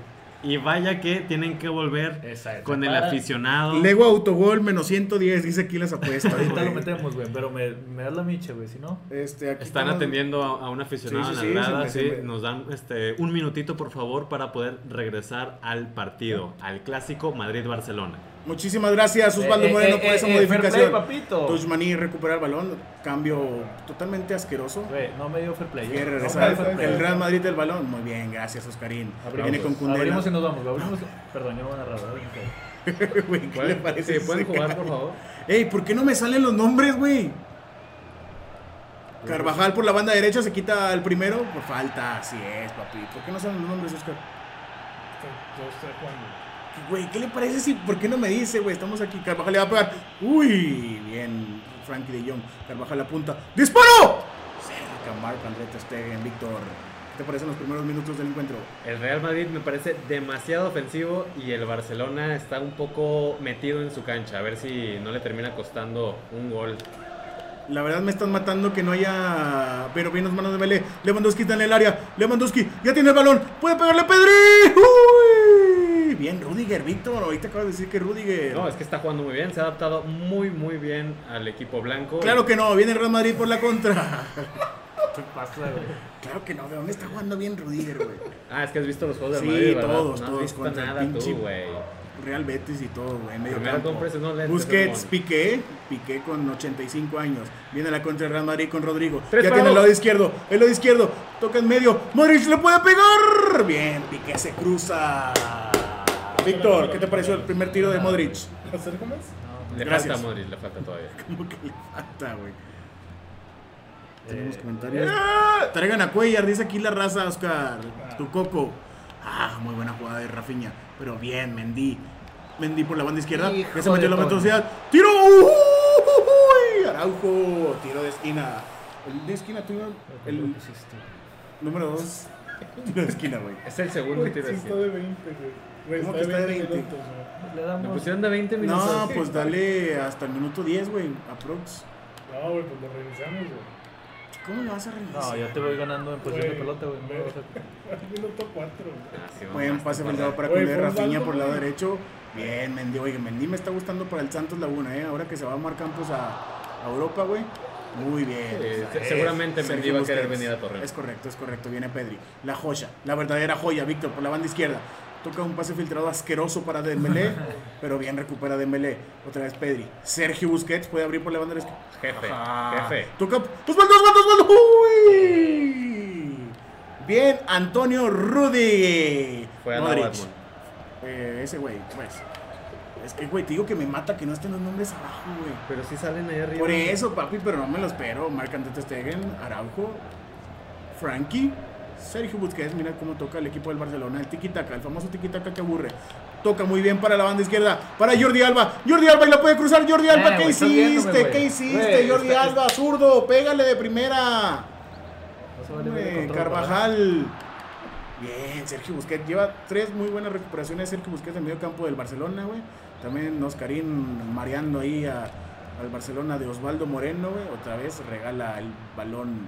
y, y vaya que tienen que volver
Eh,
Exacto.
con el
Para-
aficionado.
Lego autogol menos 110, dice aquí las apuestas.
Ahorita lo
güey.
metemos, güey, pero me, me das la micha, güey, si no.
Este, aquí
Están
tenemos-
atendiendo a, a un aficionado
Sí, sí,
en la
sí,
grada,
se me-
sí.
se me-
nos dan este, un minutito por favor para poder regresar al partido, al clásico Madrid-Barcelona.
Muchísimas gracias, Osvaldo
Eh, eh,
Moreno,
eh,
por esa
eh,
modificación.
Fair play, papito.
Tuchmaní recupera el balón, cambio totalmente asqueroso.
Güey, no me dio fair play. eh.
Quiere
No me
regresar
dio fair
está,
play.
el Real Madrid del balón. Muy bien, gracias, Oscarín.
Abrimos.
Viene con Cundela.
Abrimos y nos vamos, güey, abrimos. Perdón, yo no voy a narrar. güey, güey.
Güey, ¿qué le parece ese cara?
favor?
Ey, ¿por qué no me salen los nombres, güey?
Pues,
Carvajal por la banda derecha se quita el primero por falta, así es, papi. ¿Por qué no salen los nombres, Oscar?
Yo estoy jugando.
Que, Güey, ¿qué le parece si, por qué no me dice, güey? Estamos aquí, Carvajal le va a pegar. Uy, bien, Frankie de Jong. Carvajal apunta. ¡Disparo! Cerca, Marc André Ter Stegen, Víctor. ¿Qué te parecen los primeros minutos del encuentro?
El Real Madrid me parece demasiado ofensivo y el Barcelona está un poco metido en su cancha. A ver si no le termina costando un gol.
La verdad me están matando que no haya. Pero bien las manos de Belé. Lewandowski está en el área. Lewandowski ya tiene el balón. Puede pegarle a Pedri. ¡Uy! Bien, Rudiger, Víctor. Ahorita acabas de decir que Rudiger.
No, es que está jugando muy bien, se ha adaptado muy muy bien al equipo blanco.
Claro que no. Viene el Real Madrid por la contra.
¿Qué pasa, güey?
claro que no. ¿De dónde está jugando bien Rudiger, güey?
Ah, es que has visto los juegos del
Sí,
Madrid, ¿verdad?
todos,
no
todos,
has visto
contra el
nada
pinche-
tú, güey.
Real Betis y todo, güey. Medio
Primero
campo.
compres unos lentes,
Busquets,
Ramón.
Piqué. Piqué con 85 años. Viene la contra del Real Madrid con Rodrigo.
Tres
ya
para
tiene el
dos.
lado izquierdo. El lado izquierdo. Toca en medio. Modric le puede pegar. Bien, Piqué se cruza. Víctor, ¿qué te pareció el primer tiro de Modric?
¿Hacer cómo es?
Le
Gracias.
falta a Modric, le falta todavía.
Como que le falta, güey. Tenemos comentarios. ¡Ah! Traigan a Cuellar, dice aquí la raza, Oscar. Tu coco. Ah, muy buena jugada de Rafiña. Pero bien, Mendy. Mendy por la banda izquierda.
Hijo
que se metió
de
en la
Toño.
velocidad. ¡Tiro! ¡Uy! Araujo, tiro de esquina. El de esquina tuyo, el número 2. Tiro de esquina, güey.
Es el segundo
Güey, sí
tiro de
está
esquina.
de 20, güey. güey.
¿Cómo
está
que está de
de 20
20?
minutos, güey.
Le
Me
damos.
pusieron de 20 minutos.
No, pues dale hasta el minuto 10, güey. Aprox.
No, güey, pues lo reiniciamos, güey.
¿Cómo lo vas a revisar?
No, yo te voy ganando en posición de
Güey,
pelota, güey. no me
güey.
vas a-
Minuto 4, güey.
Ah, sí,
Buen
mamaste,
pase
para-
filtrado para
Oye,
Cundé,
fue un
Rafinha
salto,
por el lado
güey.
derecho. Bien, Mendy. Oye, Mendy me está gustando para el Santos Laguna, ¿eh? Ahora que se va a Mar Campos a, a Europa, güey. Muy bien.
Sí,
O sea,
se-
es
seguramente Mendy
Sergio
va a querer
Busquets.
venir a Torreón.
Es correcto, es correcto. Viene Pedri. La joya, la verdadera joya, Víctor, por la banda izquierda. Toca un pase filtrado asqueroso para Dembélé, pero bien recupera Dembélé. Otra vez Pedri. Sergio Busquets puede abrir por la banda izquierda.
Jefe,
Ajá.
jefe.
Toca. ¡Osvaldo, Osvaldo, Osvaldo! ¡Uy! Bien, Antonio Rudy.
Fue a la
Modric.
Batman.
Eh, ese güey, pues. Es que, güey, te digo que me mata que no estén los nombres abajo, güey.
Pero sí salen ahí arriba.
Por eso, papi, pero no me lo espero. Marc André Ter Stegen, Araujo, Frankie, Sergio Busquets. Mira cómo toca el equipo del Barcelona. El tiki-taka, el famoso tiki-taka que aburre. Toca muy bien para la banda izquierda, para Jordi Alba. Jordi Alba y la puede cruzar. Jordi Alba,
Eh,
¿qué
güey, estás
hiciste?
viéndome, güey.
¿Qué hiciste,
Güey,
Jordi
está-
Alba? Zurdo, pégale de primera.
no se vale
Hombre,
ver el control,
Carvajal. Bien, Sergio Busquets. Lleva tres muy buenas recuperaciones. Sergio Busquets en medio campo del Barcelona, güey. También Oscarín mareando ahí a- al Barcelona de Osvaldo Moreno, güey. Otra vez regala el balón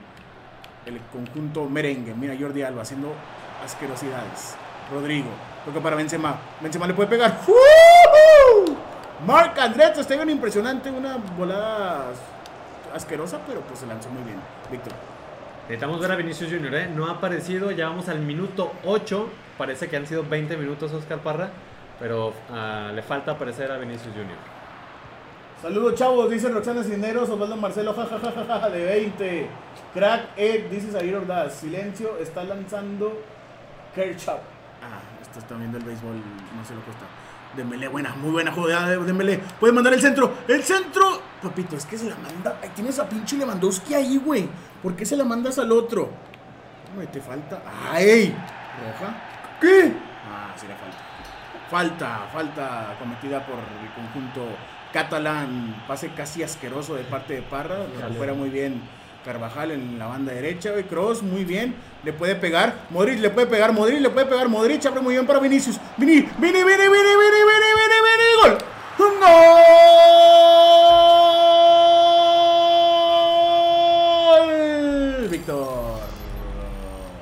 el conjunto merengue. Mira, Jordi Alba haciendo asquerosidades. Rodrigo, toca para Benzema. Benzema le puede pegar. ¡Ujú! Marc Andrés, está bien impresionante. Una volada asquerosa, pero pues se lanzó muy bien. Víctor.
Necesitamos ver a Vinicius Junior, ¿eh? No ha aparecido, ya vamos al minuto 8. Parece que han sido 20 minutos Oscar Parra, pero ah, le falta aparecer a Vinicius Junior.
Saludos chavos, dice Roxana Cineros, Osvaldo Marcelo, jajajaja, de 20. Crack Ed, dice Javier Ordaz. Silencio, está lanzando Kerchap. Ah, esto está viendo el béisbol, no se lo cuesta. Dembélé, buena, muy buena jugada de Dembélé. Puede mandar el centro, el centro. Papito, es que se la manda, ahí tienes a pinche Lewandowski ahí, güey. ¿Por qué se la mandas al otro? Güey, te falta. ¡Ay! ¿Roja? ¿Qué? Ah, sí le falta. Falta, falta cometida por el conjunto catalán. Pase casi asqueroso de parte de Parra. Lo recupera muy bien Carvajal en la banda derecha. güey. Cross, muy bien. Le puede pegar. Modric le puede pegar. Modric le puede pegar. Modric abre muy bien para Vinicius. Vini, Vini, Vini, Vini, Vini, Vini, Vini. Gol. ¡Un gol! Víctor.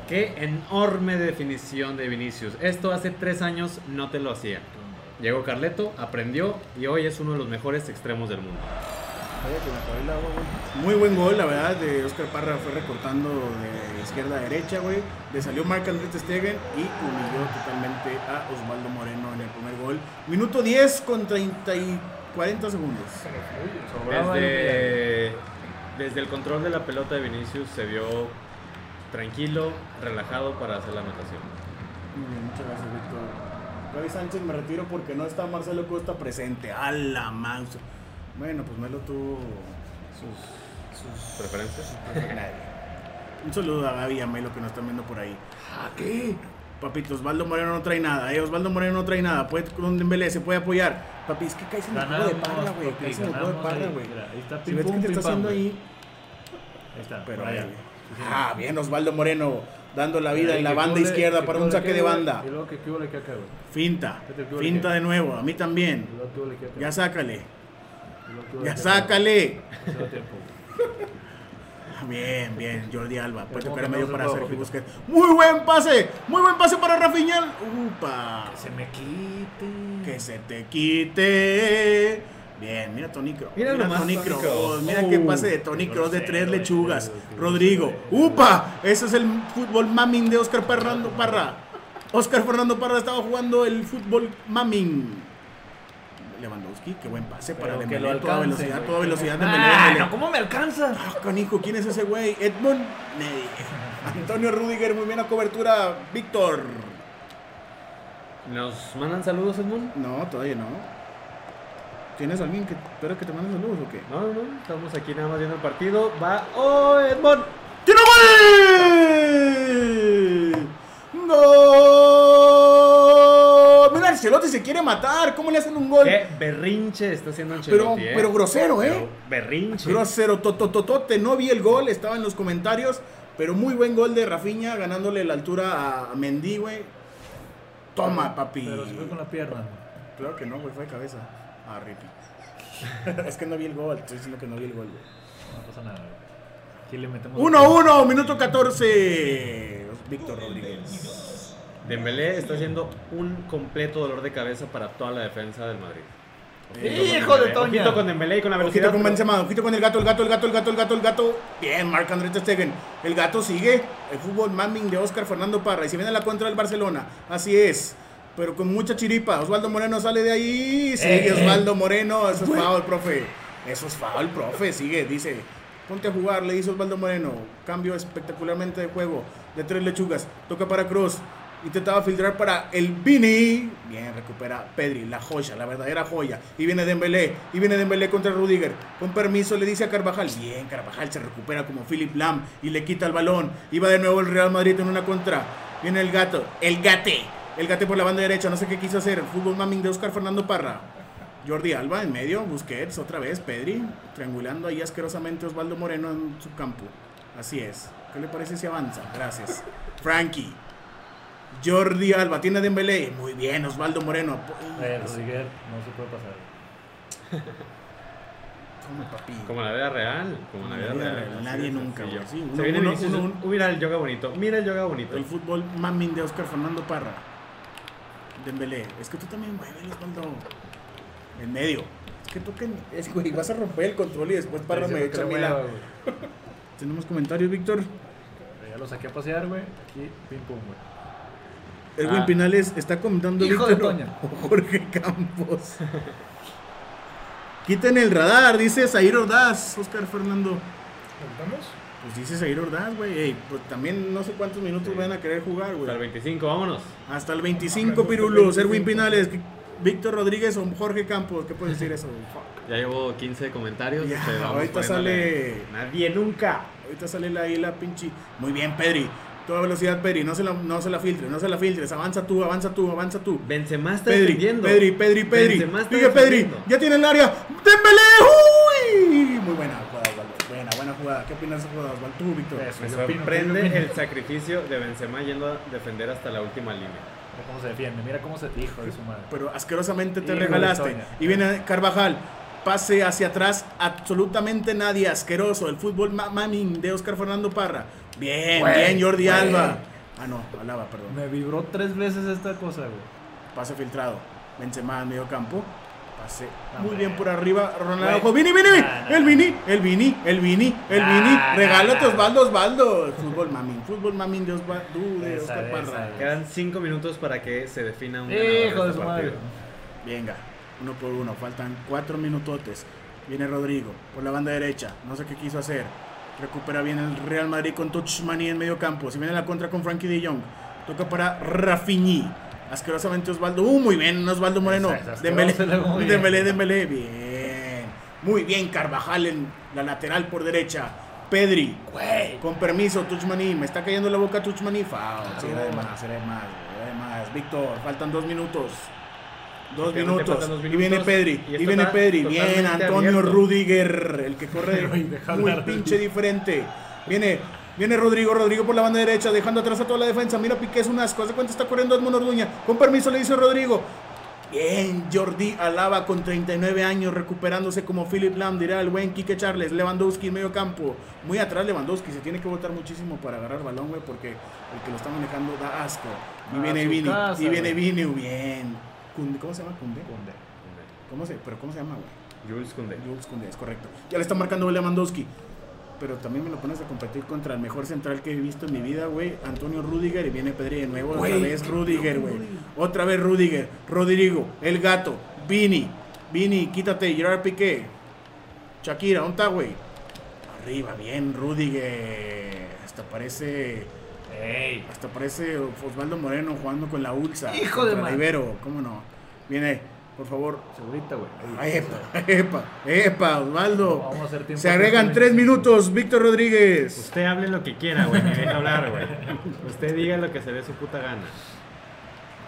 Qué enorme definición de Vinicius. Esto hace 3 años no te lo hacía. Llegó Carleto, aprendió y hoy es uno de los mejores extremos del mundo.
Vaya que me acabé el agua, güey. Muy buen gol, la verdad, de Oscar Parra fue recortando de izquierda a derecha, güey. Le salió Marc Andrés Ter Stegen y humilló totalmente a Osvaldo Moreno en el primer gol. Minuto 10 con 30 y 40 segundos.
¿verdad? Sobraba el-
Desde, desde el control de la pelota de Vinicius se vio tranquilo, relajado para hacer la anotación.
Muy bien, muchas gracias, Víctor. Gaby Sánchez me retiro porque no está Marcelo Costa presente. A la mouse. Bueno, pues Melo tuvo sus, sus
Preferencias.
Un saludo a Gaby y a Melo que nos están viendo por ahí. ¿A qué? Papito, Osvaldo Moreno no trae nada, eh. Osvaldo Moreno no trae nada. Puede con Dembélé, se puede apoyar. Papi, es que caes en el juego
Ganamos,
de parra, güey.
papi,
Caes en el juego de
ganamos
parra,
ahí,
güey.
mira, Ahí está,
Si
pim,
ves
pum,
que te
pim,
está
pam,
haciendo
güey.
ahí.
Ahí está,
Pero
por allá.
ahí. Ah, bien, Osvaldo Moreno. Dando la vida
Ahí,
en la
que
banda
cule,
izquierda
que
para un
cule,
saque
que
de
cule,
banda.
Y luego que cule, que acá, güey.
Finta.
Vete, cule,
Finta
que-
de nuevo. A mí también.
Y luego que cule, que acá.
Ya sácale.
Y luego que cule,
Ya
que acá.
sácale.
No se da tiempo, güey.
Bien, bien, Jordi Alba. Puede
Ya como
tocar en
que
medio
no se
para
puede,
Sergio
papito.
Busquets. Muy buen pase. Muy buen pase para Rafiñal. Upa.
Se me quite.
Que se te quite. Bien, mira Tony Kroos.
Mira nomás
Toni
Toni
Kroos.
Kroos.
Mira
Uh,
qué pase de Tony Kroos de
grosero,
tres
güey,
lechugas.
güey, güey.
Rodrigo. ¡Upa! Ese es el fútbol mamín de Oscar Fernando Parra. Oscar Fernando Parra estaba jugando el fútbol mamín. Lewandowski, qué buen pase para
Pero que
Dembélé,
lo
toda
alcance,
velocidad,
güey.
toda velocidad de
Ah, no, ¿cómo me alcanza?
Ah, canijo, ¿quién es ese güey? Edmond Ney. Antonio Rudiger, muy bien la cobertura. Víctor.
¿Nos mandan saludos, Edmund?
No, todavía no. ¿Tienes alguien que espera que te mande saludos o qué?
No, no, no, estamos aquí nada más viendo el partido. Va, oh, Edmond.
¡Tiene gol! ¡Gol! Mira, Ancelotti se quiere matar. ¿Cómo le hacen un gol?
Qué berrinche está haciendo
Pero,
Ancelotti, eh.
pero grosero, ¿eh?
Pero berrinche.
Grosero, totototote, no vi el gol, estaba en los comentarios, pero muy buen gol de Rafinha ganándole la altura a Mendy, güey. Toma, papi.
Pero se fue con la pierna.
Claro que no, güey, fue de cabeza. Ah, Ripi. es que no vi el gol, estoy diciendo que no vi el gol, güey.
No pasa nada. Aquí le metemos.
1-1, minuto 14. Víctor Rodríguez.
Dembélé está haciendo un completo dolor de cabeza para toda la defensa del Madrid.
¡Hijo de Toña!
Ojito con Dembélé y con la
Ojito
velocidad.
con
pero-
Benzema, ojito con el gato, el gato, el gato, el gato, el gato, el gato. Bien, Marc André Ter Stegen. El gato sigue. El fútbol mamming de Oscar Fernando Parra. Y se viene la contra del Barcelona. Así es. Pero con mucha chiripa. Osvaldo Moreno sale de ahí. Sigue
Eh, eh.
Osvaldo Moreno. Eso es foul, profe. Eso es foul, profe. Sigue, dice. Ponte a jugar, le dice Osvaldo Moreno. Cambio espectacularmente de juego. De tres lechugas. Toca para Cruz. Intentaba filtrar para el Vini. Bien, recupera Pedri, la joya, la verdadera joya. Y viene Dembélé, y viene Dembélé contra Rudiger. Con permiso le dice a Carvajal. Bien, Carvajal se recupera como Philip Lam y le quita el balón. Y va de nuevo el Real Madrid en una contra. Viene el gato, el gate. El gate por la banda derecha, no sé qué quiso hacer. Fútbol mamming de Oscar Fernando Parra. Jordi Alba en medio, Busquets otra vez, Pedri, triangulando ahí asquerosamente Osvaldo Moreno en su campo. Así es. ¿Qué le parece si avanza? Gracias. Frankie. Jordi Alba, tiene a Dembélé. Muy bien, Osvaldo Moreno.
Eh, Rudiger, no se puede pasar.
Toma, papi.
Como la vida real. Como la vida real. así
Nadie
de
nunca,
sencillo.
güey. Sí,
Se
uno-
viene
uno-
Vinicius,
uno- uno-
uh, mira el yoga bonito. Mira el yoga bonito.
El fútbol mamming de Oscar Fernando Parra. Dembélé. Es que tú también mueves, Osvaldo. En medio. Es que toquen. Es güey, vas a romper el control y después Parra
Ahí
me
se
echa a
lo
mí
creo,
la-
güey.
Tenemos comentarios, Víctor.
Pero Ya lo saqué a pasear, güey. Aquí, pim pum, güey.
Erwin
Ah.
Pinales está comentando
Hijo de
Víctor
Toña.
o Jorge Campos. Quiten el radar, dice Zair Ordaz, Oscar Fernando.
¿Contamos?
Pues dice Zair Ordaz, güey. Ey, pues también no sé cuántos minutos
Sí.
van a querer jugar,
Hasta el
güey.
25, vámonos.
Hasta el 25, Pirulos. Erwin Pinales, Víctor Rodríguez o Jorge Campos. ¿Qué puedes decir eso? güey? Fuck.
Ya llevo 15 comentarios.
Ya,
pero vamos
ahorita
poniéndole-
sale-
Nadie nunca.
Ahorita sale la, ahí la pinche. Muy bien, Pedri. Toda velocidad, Pedri. No se la, no se la filtres, no se la filtres. Avanza tú, avanza tú, avanza tú.
Benzema está
Pedri,
defendiendo.
Pedri, Pedri, Pedri.
Benzema está
Sigue Pedri,
defendiendo.
ya tiene el área. ¡Dembélé! ¡Uy! Muy buena jugada, Osvaldo. Buena, buena jugada. ¿Qué opinas de esa jugada, Osvaldo? Tú, Víctor.
Eso.
Me
Yo opino,
sorprende
yo opino.
el sacrificio de Benzema yendo a defender hasta la última línea.
Mira cómo se defiende, mira cómo se dijo de su madre.
Pero asquerosamente te
Hijo de
regalaste.
Toña.
Y viene Carvajal. Pase hacia atrás, absolutamente nadie, asqueroso. El fútbol ma- mamming de Oscar Fernando Parra. Bien,
Güey,
bien, Jordi
güey.
Alba. Ah, no, Alaba, perdón.
Me vibró tres veces esta cosa, güey.
Pase filtrado. Benzema en medio campo. Pase
Ah,
muy
güey.
bien por arriba. Ronaldo.
Güey.
Vini, Vini, Vini.
Nah, nah,
El
nah.
Vini, el Vini, el Vini, el
Nah,
Vini.
nah,
Regálate
nah.
Osvaldo, Osvaldo. Fútbol mamín. Fútbol mamín de Osvaldo. De
Esa,
Oscar
esa,
Parra.
esa.
Quedan 5 minutos para que se defina
Mm,
un ganador
Hijo de
este
su madre.
partido.
Venga, uno por uno. Faltan cuatro minutotes. Viene Rodrigo por la banda derecha. No sé qué quiso hacer. Recupera bien el Real Madrid con Touchmani en medio campo. Se viene la contra con Frankie de Jong. Toca para Rafiñi. Asquerosamente Osvaldo. Uh, muy bien, Osvaldo Moreno.
Esa- esa
Dembélé,
asquerosa, muy bien.
Dembélé, Dembélé. Bien. Muy bien, Carvajal en la lateral por derecha. Pedri. Con permiso, Tuchmaní. Me está cayendo la boca Tuchmaní. Foul. Sí, era de más, era de más, güey, era de más. Víctor, faltan dos minutos. Dos
Efectivamente,
minutos.
faltan dos
Y viene
minutos.
Pedri.
Y
Y,
esto
viene
está
Pedri. Bien,
totalmente
Antonio
abierto.
Rudiger. El que corre
Pero, y deja
muy
hablar.
pinche diferente. Viene. Viene Rodrigo, Rodrigo por la banda derecha, dejando atrás a toda la defensa. Mira, Piqué es un asco. Hace cuenta está corriendo Edmond Orduña. Con permiso le dice Rodrigo. Bien, Jordi Alaba con 39 años recuperándose como Philip Lam, dirá el buen Quique Charles, Lewandowski en medio campo, muy atrás Lewandowski, se tiene que votar muchísimo para agarrar balón, güey, porque el que lo está manejando da asco. Y
A
viene
su
Vini,
casa,
y viene
güey.
Vini, bien. Kunde, ¿Cómo se llama Kunde?
Cunde.
¿Cómo se, pero ¿cómo se llama, güey?
Jules Koundé.
Jules Kunde, es correcto. Ya le está marcando Lewandowski. Pero también me lo pones a competir contra el mejor central que he visto en mi vida, güey. Antonio Rudiger y viene Pedri de nuevo. otra
Güey,
vez
qué
Rudiger,
pedo,
güey.
Rudiger.
Otra vez Rudiger. Rodrigo, el gato, Vini. Vini, quítate, Gerard Piqué. Shakira, ¿dónde está, güey? Arriba, bien, Rudiger. Hasta parece.
¡Ey!
Hasta parece Osvaldo Moreno jugando con la Ulsa.
Hijo de
contra
madre.
Ibero, ¿cómo no? Viene Por favor.
Segurita, güey.
Ay, Epa, epa, epa, Osvaldo.
Vamos a hacer tiempo.
Se agregan tres minutos, Víctor Rodríguez.
Usted hable lo que quiera, güey. Me deja hablar, güey. Usted diga lo que se dé su puta gana.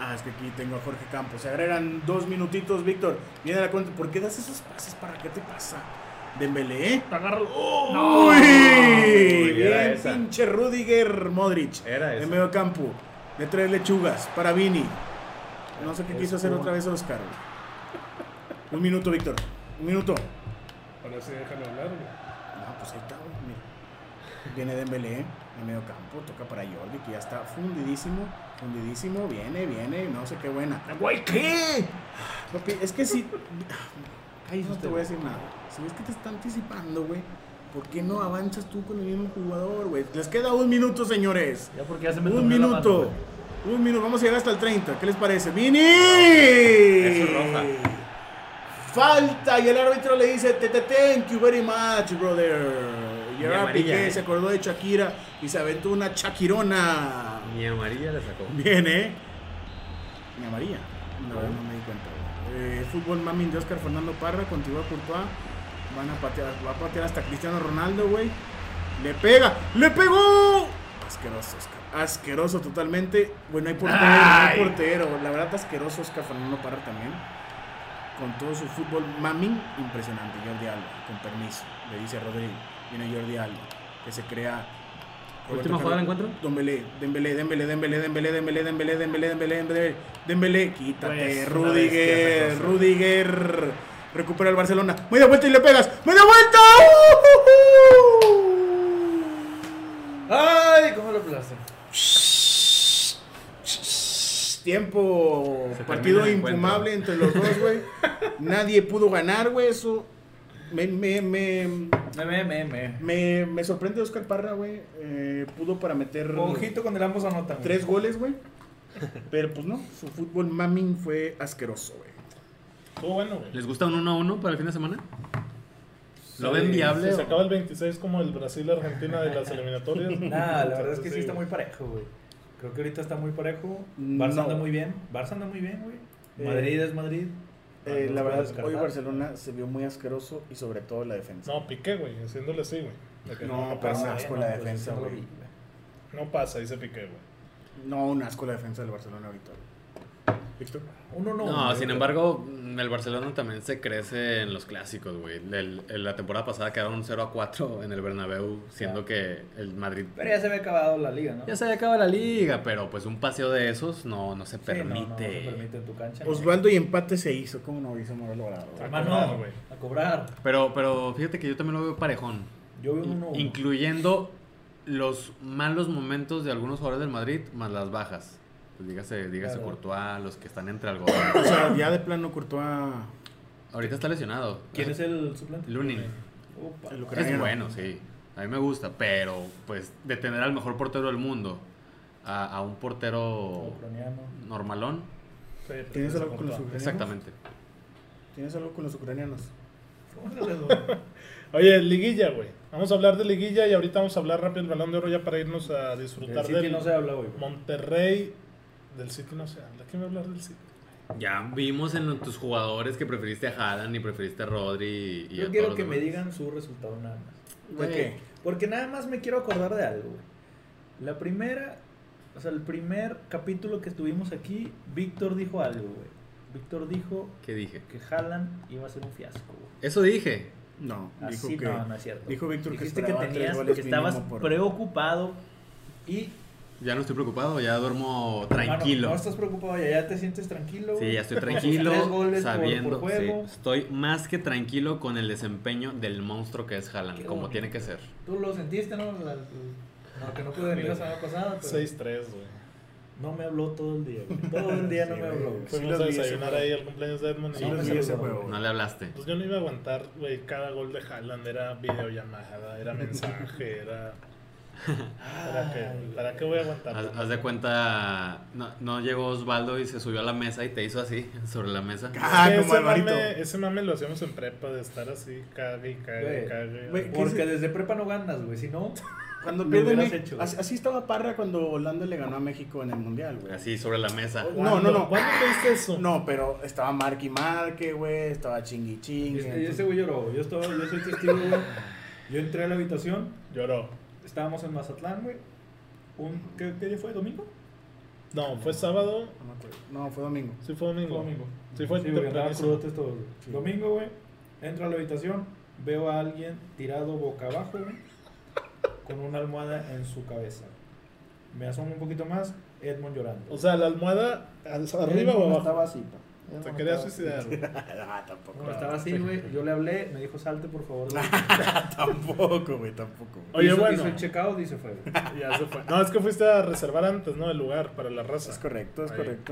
Ah, es que aquí tengo a Jorge Campos. Se agregan dos minutitos, Víctor. Viene la cuenta. ¿Por qué das esos pases? ¿Para qué te pasa? Dembélé. ¿eh?
Agarro.
¡Uy!
era
Bien,
esa.
pinche Rudiger Modric.
Era
En
eso.
medio campo. De tres lechugas. Para Vini. No sé qué
Es
quiso hacer
Cuba.
otra vez Oscar. güey. Un minuto, Víctor. Un minuto.
Ahora sí, déjalo hablar, güey.
No, pues ahí está, güey. mira. Viene Dembélé en medio campo, toca para Jordi, que ya está fundidísimo, fundidísimo, viene, viene, no sé qué buena.
Güey, ¿qué?
Papi, es que si... Ay, no te
Usted,
voy a decir nada. Si ves que te está anticipando, güey, ¿por qué no avanzas tú con el mismo jugador, güey? Les queda un minuto, señores.
Ya porque ya se me
Un
durmió la mano,
minuto.
güey.
Un minuto, vamos a llegar hasta el 30. ¿Qué les parece? ¡Vini!
Eso es roja.
Falta y el árbitro le dice, "Te, te, thank you very much, brother. Gerard
amarilla,
Piqué
eh.
se acordó de Shakira y se aventó una Shakirona.
Ni amarilla le sacó.
Bien, ¿eh? Ni amarilla. No, no me di cuenta. güey. Eh, fútbol mami de Oscar Fernando Parra, contigo a Courtois. Van a patear, va a patear hasta Cristiano Ronaldo, güey. Le pega, le pegó. Asqueroso, Oscar. Asqueroso totalmente. Bueno, hay portero,
Ay.
hay portero. La verdad, asqueroso Oscar Fernando Parra también. Con todo su fútbol mami, impresionante. Jordi Alba, con permiso, le dice a Rodrigo. Viene Jordi Alba, que se crea.
¿Última
Roberto
jugada del
Carlos.
encuentro?
Dembélé, Dembélé, Dembélé, Dembélé, Dembélé, Dembélé, Dembélé, Dembélé, Dembélé, Dembélé, Dembélé, quítate,
Pues, una bestia ¿eh?
Rudiger,
esa cosa.
Rudiger, recupera el Barcelona, muy de vuelta y le pegas, muy de vuelta, ¡Uh!
Ay, ¿cómo lo plazo?
tiempo,
Se
partido
termina el encuentro.
impumable entre los dos, güey, nadie pudo ganar, güey, eso, me, me, me,
Me, me, me, me.
me, me sorprende Oscar Parra, güey, eh, pudo para meter...
Ojito con el ambos anotan. güey.
Tres goles, güey. Pero pues no, su fútbol maming fue asqueroso, güey.
Estuvo bueno, güey.
¿Les gusta un 1-1 para el fin de semana? ¿Lo ven
Sí,
viable?
Si se
o-
acaba el 26 como el Brasil-Argentina de las eliminatorias.
Nah, la verdad es que
Entonces,
sí está muy parejo, güey. Creo que ahorita está muy parejo.
No.
Barça anda muy bien. Barça anda muy bien,
Eh,
güey. Madrid es Madrid.
Ah,
Eh, la
No se puede
verdad,
descartar.
hoy Barcelona se vio muy asqueroso y sobre todo la defensa.
No, piqué, güey, haciéndole así, güey. De que
No, pero
pasa.
un asco la defensa,
eso no pues, lo
güey.
vi,
No pasa, dice Piqué, güey.
No, un asco la defensa del Barcelona ahorita. güey. ¿Víctor?
Uno no.
No,
güey,
sin
pero-
embargo, el Barcelona también se crece en los clásicos, güey. El- el- la temporada pasada quedaron 0 a 4 en el Bernabéu, siendo que el Madrid
Pero ya se había acabado la liga, ¿no?
ya se había acabado la liga, pero pues un paseo de esos no, no se
Sí, no, no, no se
permite.
permite en tu cancha.
Osvaldo y empate se hizo, ¿cómo no hizo Morelo Alvarado, güey?
cobrar,
Hermano,
güey.
a cobrar.
Pero, pero fíjate que yo también lo veo parejón,
Yo vi un 1
incluyendo los malos momentos de algunos jugadores del Madrid más las bajas. Pues dígase, dígase
Claro.
Courtois, los que están entre algodón.
O sea, ya de plano Courtois
Ahorita está lesionado. Ah,
¿Quién es el suplente?
Lunin.
Opa.
el ucraniano.
Es bueno, sí. A mí me gusta, pero pues de tener al mejor portero del mundo a, a un portero
Ucraniano.
normalón,
Sí,
¿Tienes
se
algo con los
cortó.
ucranianos?
exactamente.
¿Tienes algo con los ucranianos?
Órale, güey.
Oye, liguilla, güey. Vamos a hablar de liguilla y ahorita vamos a hablar rápido del balón de oro ya para irnos a
Del
disfrutar
City
del
no se habla, güey.
Monterrey. Del City no se habla. ¿Quién va a hablar del City?
Ya vimos en tus jugadores que preferiste a Haaland y preferiste a Rodri y, y a
Yo
todos
quiero
los
que me
demás.
digan su resultado nada más.
¿De
Güey.
qué?
Porque nada más me quiero acordar de algo, güey. La primera, o sea, el primer capítulo que estuvimos aquí, Víctor dijo algo, güey. Víctor dijo
¿Qué dije?
que Haaland iba a ser un fiasco, güey.
Eso dije.
Ah, No, dijo
Así
que...
no, no es cierto.
dijo Víctor que
Dijiste que
esperaba tres
tenías,
goles
que estabas
mínimo por-
preocupado y...
Ya no estoy preocupado, ya duermo
Mano,
tranquilo.
Ah, no estás preocupado, ya, ya te sientes tranquilo.
Sí,
güey.
ya estoy
Con sus
tranquilo,
tres goles por-
sabiendo.
por
sí,
juego.
estoy más que tranquilo con el desempeño del monstruo que es Haaland,
Qué
como
bonito.
tiene que ser.
Tú lo sentiste, ¿no? La- no, que no pude venir la semana pasada, pero...
6-3, güey.
No me habló todo el día, güey. Todo el día no
Sí,
me
güey.
habló, güey.
Fuimos
los
a
vi ese
desayunar
juego.
ahí al cumpleaños de Edmond y
Sí,
No,
yo,
los
me
vi ese
saludó.
juego.
No le hablaste.
pues yo no iba a aguantar, güey, cada gol de Haaland era videollamada, era mensaje, era... ¿Para qué, ¿Para qué voy a aguantar?
Haz, haz de cuenta, no, no llegó Osvaldo y se subió a la mesa y te hizo así, sobre la mesa.
Ah,
Es que
como
ese,
Alvarito.
mame, ese mame lo hacíamos en prepa de estar así, cague y cague y
Güey,
cague.
güey, ¿qué
Porque
es-
desde prepa no ganas, güey. Si no,
Cuando
Lo
pierde
hubieras
México-
hecho, güey.
así, así estaba Parra cuando Holanda le ganó a México en el Mundial, güey.
Así sobre la mesa.
No, no, no.
¿Cuándo te diste eso?
No, pero estaba Marky Marque, güey, estaba Chingui Chingui.
Este, ese güey lloró. Yo, estaba, yo soy testigo, güey. Yo entré a la habitación.
Lloró.
Estábamos en Mazatlán, güey. Un, ¿qué, qué día fue? ¿Domingo?
No, fue sábado.
No, me acuerdo. No, fue domingo.
Sí, fue domingo.
Fue domingo.
Sí, fue
Sí, güey, andaba
tempranísimo.
crudotes todos, güey.
Sí.
Domingo, güey. Entro a la habitación. Veo a alguien tirado boca abajo, güey. Con una almohada en su cabeza. Me asomo un poquito más. Edmond llorando.
O sea, la almohada al- arriba o
Edmond
abajo.
Estaba así, pa.
Te
Edmond
quería
estaba así.
suicidar. güey.
Ah, tampoco.
No, Ah, estaba así, güey. Yo le hablé, me dijo, salte, por favor. güey".
tampoco, güey, tampoco. güey.
Oye,
hizo,
bueno.
Hizo el checkout y se fue. güey.
Ya se fue. No, es que fuiste a reservar antes, ¿no? El lugar para la raza.
Es correcto, es
Ahí.
correcto.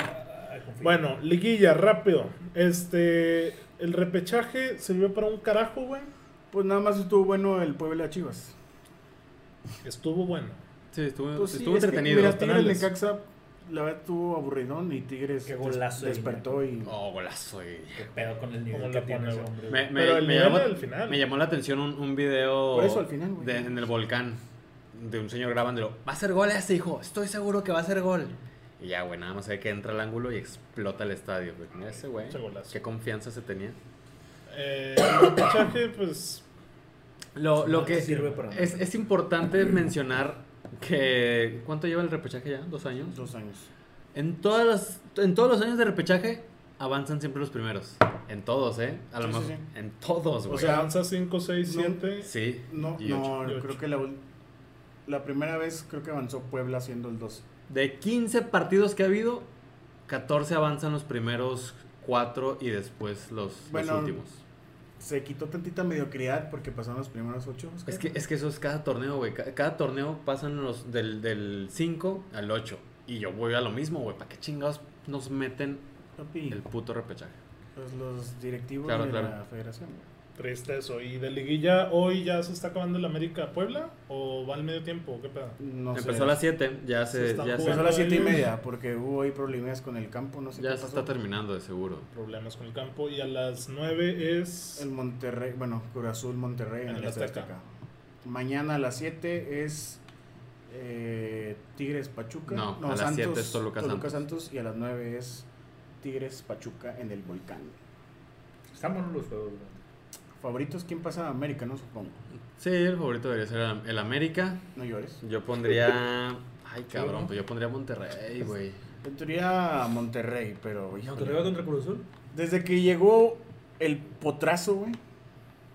Ay, confío.
Bueno, liguilla, rápido. Este. El repechaje sirvió para un carajo, güey.
Pues nada más estuvo bueno el Puebla Chivas.
Estuvo bueno.
Sí, estuvo,
Pues sí,
estuvo
es que,
entretenido.
Mira, Tigres
penales.
Necaxa, la verdad estuvo aburridón y Tigres
Qué
des-
golazo de
despertó y.
Oh, golazo. güey.
Qué pedo con el
¿Cómo
nivel
la
que tiene
pone,
ese
güey?
hombre.
Me,
güey.
me-
Pero el
me
nivel
llamó,
del final.
me llamó la atención un, un video
Por eso al final, güey.
de- en el volcán de un señor grabándolo. Va a ser gol ese hijo, estoy seguro que va a ser gol. Y ya, güey, nada más hay que entra al ángulo y explota el estadio. güey. Mira ese güey,
Ese golazo.
qué confianza se tenía.
Eh, el repechaje, pues.
Lo, lo
No te
que
sirve para nada.
es, es importante mencionar que ¿cuánto lleva el repechaje ya? ¿Dos años?
Dos años.
En todas las, en todos los años de repechaje avanzan siempre los primeros. En todos, ¿eh? A lo
Sí, sí,
mejor
sí.
en todos,
O
güey.
sea, avanza 5, 6,
no.
7.
sí.
No,
y ocho.
no,
y ocho.
creo que la, ul- la primera vez creo que avanzó Puebla haciendo el 12.
De 15 partidos que ha habido, 14 avanzan los primeros 4 y después los, los
Bueno,
últimos.
Se quitó tantita mediocridad porque pasaron los primeros ocho. Oscar.
Es que, es que eso es cada torneo, güey. Ca- Cada, torneo pasan los del, del 5 al 8. Y yo voy a lo mismo, güey. ¿Para qué chingados nos meten
Papi,
el puto repechaje?
pues los directivos
Claro,
de
claro.
la federación. güey.
Triste eso. ¿Y de liguilla hoy ya se está acabando el América Puebla? ¿O va al medio tiempo? ¿Qué pedo?
No sé.
Empezó a las 7, ya
Se
se,
están
ya se-
Empezó a
jugando.
las siete y
Ellos-
media porque hubo ahí problemas con el campo, no sé
ya
qué
se
pasó.
está terminando de seguro.
Problemas con el campo. Y a las 9 es.
El Monterrey, bueno, Cruz Azul Monterrey en, el Estadio Azteca. Mañana a las 7 es eh, Tigres Pachuca.
No, a las siete es Toluca Santos.
Santos. Y a las 9 es Tigres Pachuca en el Volcán.
Están buenos los juegos, güey.
Favoritos, ¿quién pasa a América? No supongo.
Sí, el favorito debería ser el América.
No llores.
Yo pondría. Ay, cabrón, pues yo pondría Monterrey, güey.
En teoría Monterrey, pero híjole.
¿Monterrey va contra Cruz Azul?
desde que llegó el potrazo, güey,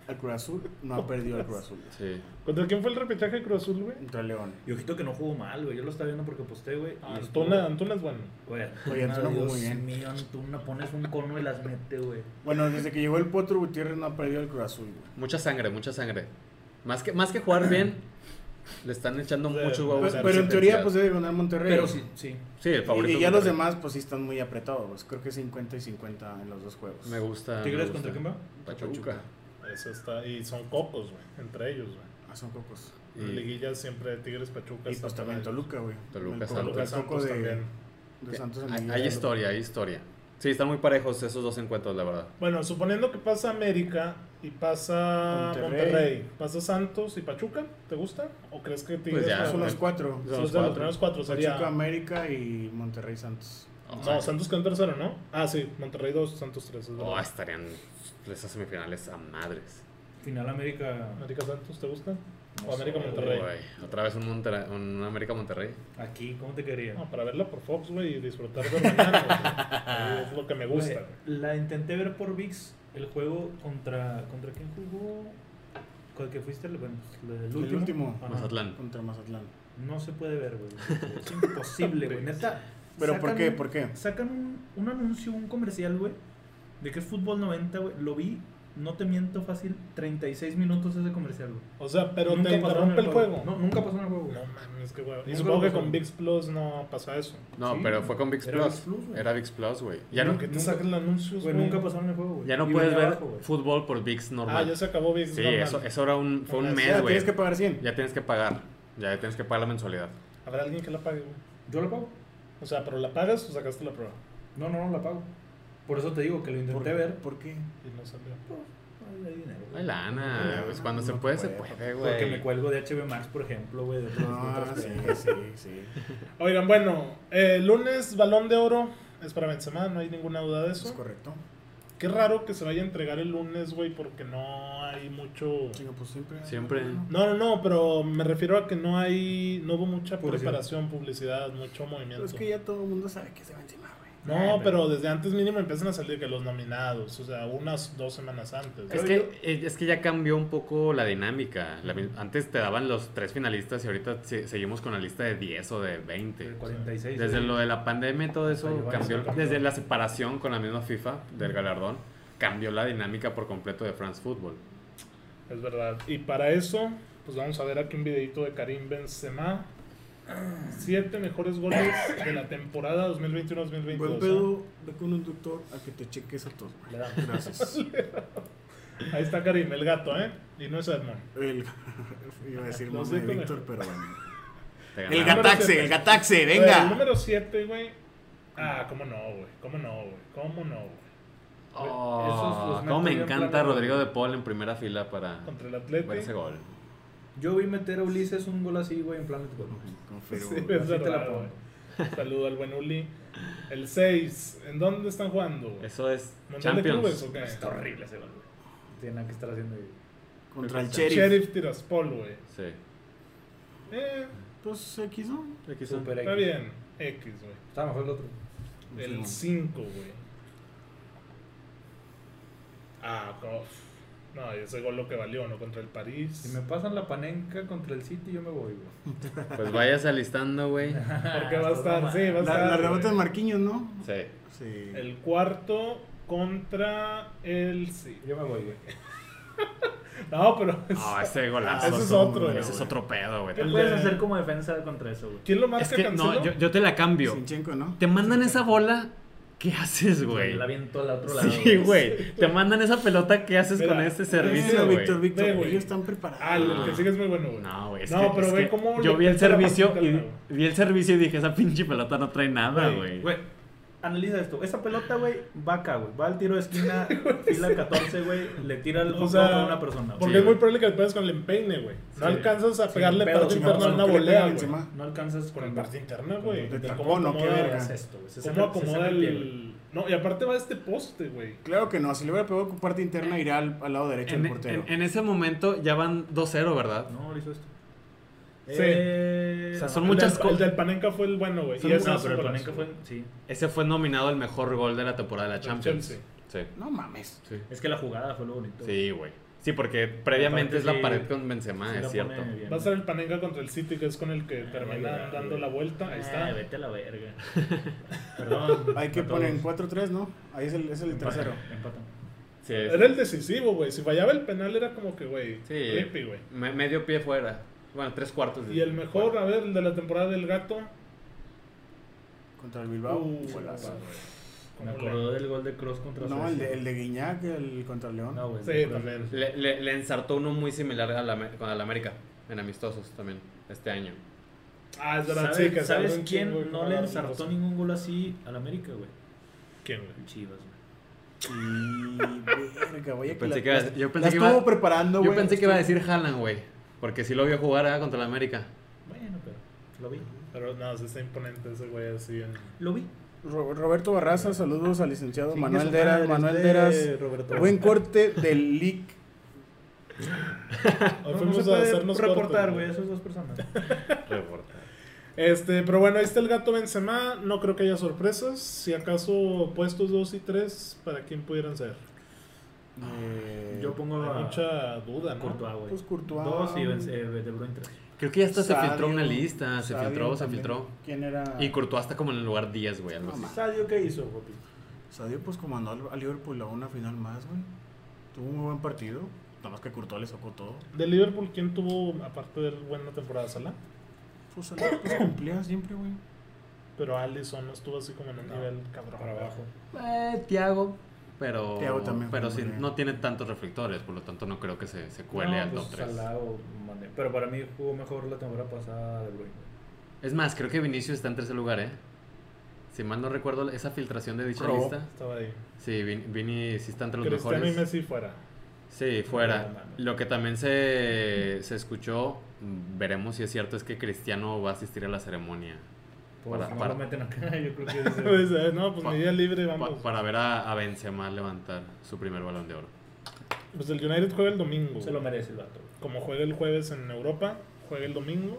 al Cruz Azul, no ha perdido el Cruz Azul.
Sí.
¿Contra quién fue el repechaje de Cruz Azul, güey?
Contra León.
Y ojito que no jugó mal, güey. Yo lo estaba viendo porque posté, güey.
Ah,
Ah,
y
Antuna, Antuna es bueno.
estuvo- Güey,
Oye, Antuna jugó
Dios
muy bien.
mío, Antuna, pones un cono y las mete, güey.
Bueno, desde que llegó el Potro Gutiérrez no ha perdido el Cruz Azul, güey.
Mucha sangre, mucha sangre. Más que, más que jugar bien, le están echando
O sea,
muchos
Vamos
huevos.
Pues,
a
al
pero en teoría, pues
potencial.
debe ganar Monterrey.
Pero
¿no?
sí, sí.
Sí, el favorito.
Y
es
ya los
Monterrey.
demás, pues sí están muy apretados. pues, Creo que 50 y 50 en los dos juegos.
Ah, Me gusta.
¿Tigres
me gusta.
contra quién va?
Pachuca.
Eso está. Y son cocos, güey. Entre ellos, güey.
Ah, son cocos.
La
Y-
Liguilla siempre de Tigres Pachuca.
Y
está
pues también
para
Toluca, güey.
Toluca,
El coco-
Santos.
Toluca
el coco
Santos
de,
también.
de Santos. en
Hay,
Liga
hay
de
historia, hay historia. Sí, están muy parejos esos dos encuentros, la verdad.
Bueno, suponiendo que pasa América y pasa
Monterrey.
Monterrey, pasa Santos y Pachuca, ¿te gusta? ¿O crees que Tigres
Pues ya,
Toluca.
va a-
Son los cuatro.
Son
Los
los de los
cuatro.
primeros cuatro sería.
Pachuca, América y Monterrey Santos.
No, Santos quedó en tercero, ¿no? Ah, sí, Monterrey 2, Santos 3.
Oh, estarían esas semifinales a madres.
Final América.
América Santos, ¿te gusta?
No
o América
sé,
Monterrey.
Uy, Otra vez un, Monterrey- un América Monterrey.
Aquí, ¿cómo te quería?
No, Ah, para verla por Fox, güey, y disfrutar de mañana. güey. es lo que me gusta.
Güey, La intenté ver por VIX el juego contra. ¿Contra quién jugó? ¿Con el que fuiste? El, bueno, pues, el último.
último.
Ajá.
Mazatlán.
Contra Mazatlán.
No se puede ver, güey. Es imposible, güey. Neta.
¿Pero por
sacan
qué?
un-
¿Por qué?
Eh,
Sacan un, un anuncio, un comercial, güey, de que es fútbol 90, güey. Lo vi, no te miento fácil, 36 minutos ese comercial, güey.
O sea, pero
Nunca
te
pasaron
interrumpe el juego.
No, nunca pasó en el juego, güey.
No mames, qué huevo. Y
Nunca
supongo
lo
que
pasaron.
con VIX Plus no pasa eso.
No,
Sí,
pero fue con VIX
era
Plus.
ViX Plus, güey.
Era VIX Plus, güey. Ya no,
Que te
Nunca-
saquen los anuncios,
Güey,
pues, güey.
nunca pasó en el juego, güey.
ya no
Y
puedes
venía
ver
abajo, güey.
fútbol por VIX
Ah,
normal.
ya se acabó VIX.
sí,
normal.
eso, eso era un, fue
Ah,
un
Ahora sí,
mes,
Ya
güey.
tienes que pagar 100.
Ya tienes que pagar. Ya tienes que pagar la mensualidad.
Habrá alguien que la pague, güey.
Yo la pago.
O sea, pero la pagas o sacaste la prueba.
No, no, no la pago. Por eso te digo que lo intenté
¿Por-
ver.
¿Por qué?
Y no salió.
hay dinero. güey.
Hay lana, pues cuando se
No
puede, se
puedo.
puede, güey.
Porque me cuelgo de HB Max, por ejemplo, güey. de otras- de
Ah,
otras
sí,
cosas.
sí, sí.
Oigan, bueno, eh, lunes balón de oro es para Benzema, no hay ninguna duda de
Eso es
eso.
correcto.
Qué raro que se vaya a entregar el lunes, güey, porque no hay mucho...
Chico, pues siempre.
Siempre.
No, no, no, pero me refiero a que no hay, no hubo mucha
Publicidad.
preparación, publicidad, mucho movimiento.
Pero es que ya Ah, todo el mundo sabe que se va encima, güey.
No, pero desde antes mínimo empiezan a salir que los nominados, o sea, unas dos semanas antes.
Es que, eh, es que ya cambió un poco la dinámica. La mi- antes te daban los tres finalistas y ahorita se- seguimos con la lista de 10 o de 20.
De 46.
Desde
güey.
lo de la pandemia y todo eso,
Ahí va,
cambió,
eso cambió.
desde la separación con la misma FIFA del galardón, cambió la dinámica por completo de France Football.
Es verdad. Y para eso, pues vamos a ver aquí un videito de Karim Benzema. Siete mejores goles de la temporada 2021-2022.
Buen
¿eh?
pedo, ve con un doctor a que te cheque esa tos, güey.
Le damos.
Gracias.
¿eh? Ahí está Karim, el gato, ¿eh? Y no es Edmond.
El, iba a decir
Lo
mamá
sé
de
con
Víctor,
el-
pero bueno.
Te
El
ganaron.
gataxe, el gataxe,
El
venga.
número siete, güey. Ah, cómo no, güey. Cómo no, güey. Cómo no, güey.
Oh,
Esos los meto
cómo me
yo en plan
encanta
de-
Rodrigo de Paul en primera fila para
Contra el
para ese
Atlético.
gol.
Yo vi meter a Ulises un gol así, güey, en plan de
Confirmo.
Sí,
Así
es
te la
verdad,
pongo.
güey. Saludo al buen Uli. El 6. ¿En dónde están jugando? güey?
Eso es
¿Mundial de clubes
Champions.
o qué?
Está horrible ese gol, güey. Tiene nada que estar haciendo ahí.
Contra el
Sheriff.
sheriff.
Tiraspol, güey.
Sí.
Eh,
Pues X, ¿no?
Aquí son-
Super
está
X.
bien. X, güey.
Estaba mejor el otro.
El
Sí.
5, güey. Ah, cof. No, y ese gol lo que valió, ¿no? Contra el
Si
París.
me pasan la panenca contra el City, yo me voy, güey.
Pues vayas alistando, güey.
Porque va a estar, sí, va a
La,
estar.
la
güey.
rebota de Marquinhos, ¿no?
Sí.
Sí.
El cuarto contra el sí.
Yo me voy, güey.
No, pero.
No, Ah, ese golazo.
Ese es
son-
otro, güey.
Ese es otro pedo, güey.
El-
Es
puedes hacer
como defensa contra eso, güey?
¿Quién lo marca
que
Cancelo?
no, yo, yo te la cambio.
Sinchenko, ¿no?
Te mandan esa bola, ¿qué haces, güey?
viento al otro
Sí, güey. Te mandan esa pelota, ¿qué haces
Mira,
con este
Eh,
servicio, güey?
Víctor, Víctor,
Ve, güey.
ellos están preparados.
Ah, el el que sigue es muy bueno, güey.
No, güey. es
No,
que-
pero
es
ve
que
cómo le
Yo vi el
pesa la
servicio
patita,
y
güey.
vi el servicio y dije, esa pinche pelota no trae nada,
Güey,
güey.
Güey, analiza esto. Esa pelota, güey, va acá, güey. Va al tiro de esquina, fila 14, güey. Le tira el
O
o
sea,
a una persona. güey.
Porque
Sí,
es muy
güey.
probable que le pegues con el empeine, güey. No
Sí.
alcanzas a
Sí,
pegarle
pero
parte
si no,
interna a
no,
una
¿qué le
volea,
pega
güey.
Benzema?
No alcanzas
Con el parte interna, güey.
Te
De
tapó,
cómo
¿no?
acomoda-
Qué verga.
Es esto, güey. Se
¿Cómo
saca- se
acomoda
saca
el,
pie, güey.
No, y aparte va este poste, güey.
Claro que no, si le hubiera pegado con parte interna irá al, al lado derecho
En, e-
del portero.
en- en ese momento ya van 2-0, ¿verdad?
No, le hizo esto.
Sí.
Eh,
O sea, son
El
muchas
del-
cosas.
El del Panenka fue el bueno, güey.
son-
Y ese
no,
es
pero el
un
Panenka
golazo,
fue. Sí.
Ese fue nominado el mejor gol de la temporada de la
Del
Champions.
Chelsea.
Sí.
No mames.
Sí.
Es que la jugada fue lo bonito.
Sí, güey. Sí, porque previamente
Aparte
es la
sí,
pared con Benzema,
Sí la
es cierto.
pone bien.
Va a ser el Panenka contra el City, que es con el que
Ay,
terminan
güey.
dando la vuelta. Ahí está.
Ay, Eh, vete a la verga. Perdón.
Hay que
a todos.
poner en 4-3, ¿no? Ahí es el, es el
Empatan,
tercero.
empatan.
Sí, es-
Era el decisivo, güey. Si fallaba el penal era como que, güey,
Sí.
creepy, güey.
me- medio pie fuera. Bueno, tres cuartos. de-
Y el mejor, a ver, el de la temporada del gato.
Contra el Bilbao.
Uh,
golazo.
papá, güey.
Me
¿Cómo le-
acordó del gol de Cross contra
No,
Suecia.
el de, el de Guiñac, el contra León.
No, güey.
Sí, también.
Le, le- le ensartó uno muy similar a la, con el América, en amistosos también, este año.
Ah, es verdad,
¿Sabes,
sí, que
¿sabes
salió un
quién
chingo, güey,
no
para
le
dar
ensartó
los-
ningún gol así al América, güey?
¿Quién, güey?
Chivas, güey.
Y verga, vaya
Yo
que
pensé
la,
que iba a-
la-
yo pensé
la
que iba-
estuvo
Yo
preparando, güey. este,
pensé que iba a decir Haaland, güey. Porque sí lo vio jugar ah, contra el América.
Bueno, pero lo vi.
Pero no, sí está imponente ese güey así. En...
Lo vi.
Ro- Roberto Barraza, saludos al licenciado
Chingue
Manuel
su
Deras.
madre,
Manuel
este
Deras,
Roberto.
buen corte del leak.
Hoy
No, no
fuimos
se
a
puede
hacernos
reportar,
cortos,
güey, esas dos personas.
Eh,
Este, pero bueno, ahí está el gato Benzema. No creo que haya sorpresas. Si acaso puestos 2 y 3, ¿para quién pudieran ser?
Eh,
Yo pongo
Hay
a
mucha duda, ¿no?
Courtois, güey.
Pues Courtois.
Dos y Benzema, De Bruyne tres.
Creo que ya hasta se
Sadio,
filtró una lista. Se
Sadio
filtró, se
también.
filtró.
¿Quién era?
Y Courtois está como en el lugar 10, güey. algo
No,
así.
ma.
¿Sadio qué hizo, papi?
Sadio pues comandó al- a Liverpool a una final más, güey. Tuvo un muy buen partido. Nada más que Courtois le sacó todo.
De Liverpool, ¿quién tuvo, aparte de buena temporada, Salah?
Pues Sadio pues cumplía siempre, güey.
Pero Alisson no estuvo así como en un
No,
nivel cabrón.
Para abajo.
Eh, Tiago. Pero,
Thiago también
pero
fue
sí,
muy bien.
no tiene tantos reflectores, por lo tanto no creo que se, se cuele
No,
al
pues,
top 3.
Salah o Mané. Pero para mí jugó mejor la temporada pasada De Bruyne.
Es más, creo que Vinicius está en tercer lugar, ¿eh? Si mal no recuerdo esa filtración de dicha
Pro.
lista.
Estaba ahí.
Sí, Vin- Vini sí está entre los
Cristiano y
mejores.
Messi fuera.
Sí, fuera.
No, mames.
Lo que también se, se escuchó, mm, veremos si es cierto, es que Cristiano va a asistir a la ceremonia.
Pues,
Para-
no
para-
lo meten acá, yo creo que es
Pues, eh, no, pues
Pa-
medida libre,
pa-
vamos.
para ver a, a Benzema levantar su primer balón de oro.
Pues el United juega el domingo.
Se lo merece el vato. güey.
Como juega el jueves en Europa, juega el domingo.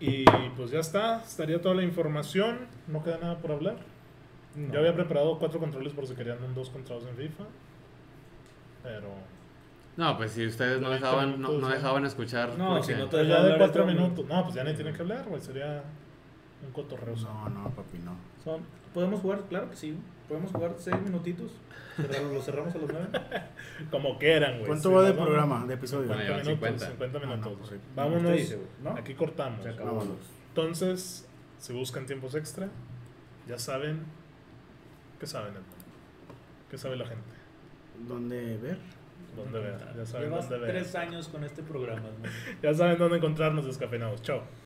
Y pues ya está, estaría toda la información. No queda nada por hablar. Yo
No.
había preparado cuatro controles por si querían un dos contra dos en FIFA. Pero.
No, pues si ustedes no
Veinte
dejaban, no,
minutos,
no
¿no?
dejaban escuchar.
¿eh? No,
porque-
si no te-
Pero
Entonces,
ya
ya
de
hablar
cuatro
este hombre.
minutos. No, pues ya ni tiene que hablar, güey. Sería un cotorreo.
No, no, papi, no.
Son- ¿Podemos jugar? Claro que sí. Podemos jugar seis minutitos. Cerrar- lo cerramos a los nueve.
Como quieran,
Pues,
güey.
¿Cuánto
Sí,
va
nos
de
vamos.
programa, de episodio?
Bueno, ya van
minutos, 50,
50.
minutos.
Ah, no, pues sí.
Vámonos.
Usted dice, güey, ¿no?
Aquí cortamos.
Se acabó.
Vámonos.
Entonces, si buscan tiempos extra, ya saben. ¿Qué saben, Edmundo? ¿Qué sabe la gente?
¿Dónde ver?
¿Dónde ver? Ya saben
Llevas
dónde ver.
tres años con este programa. ¿no?
Ya saben dónde encontrarnos descafeinados. Chao.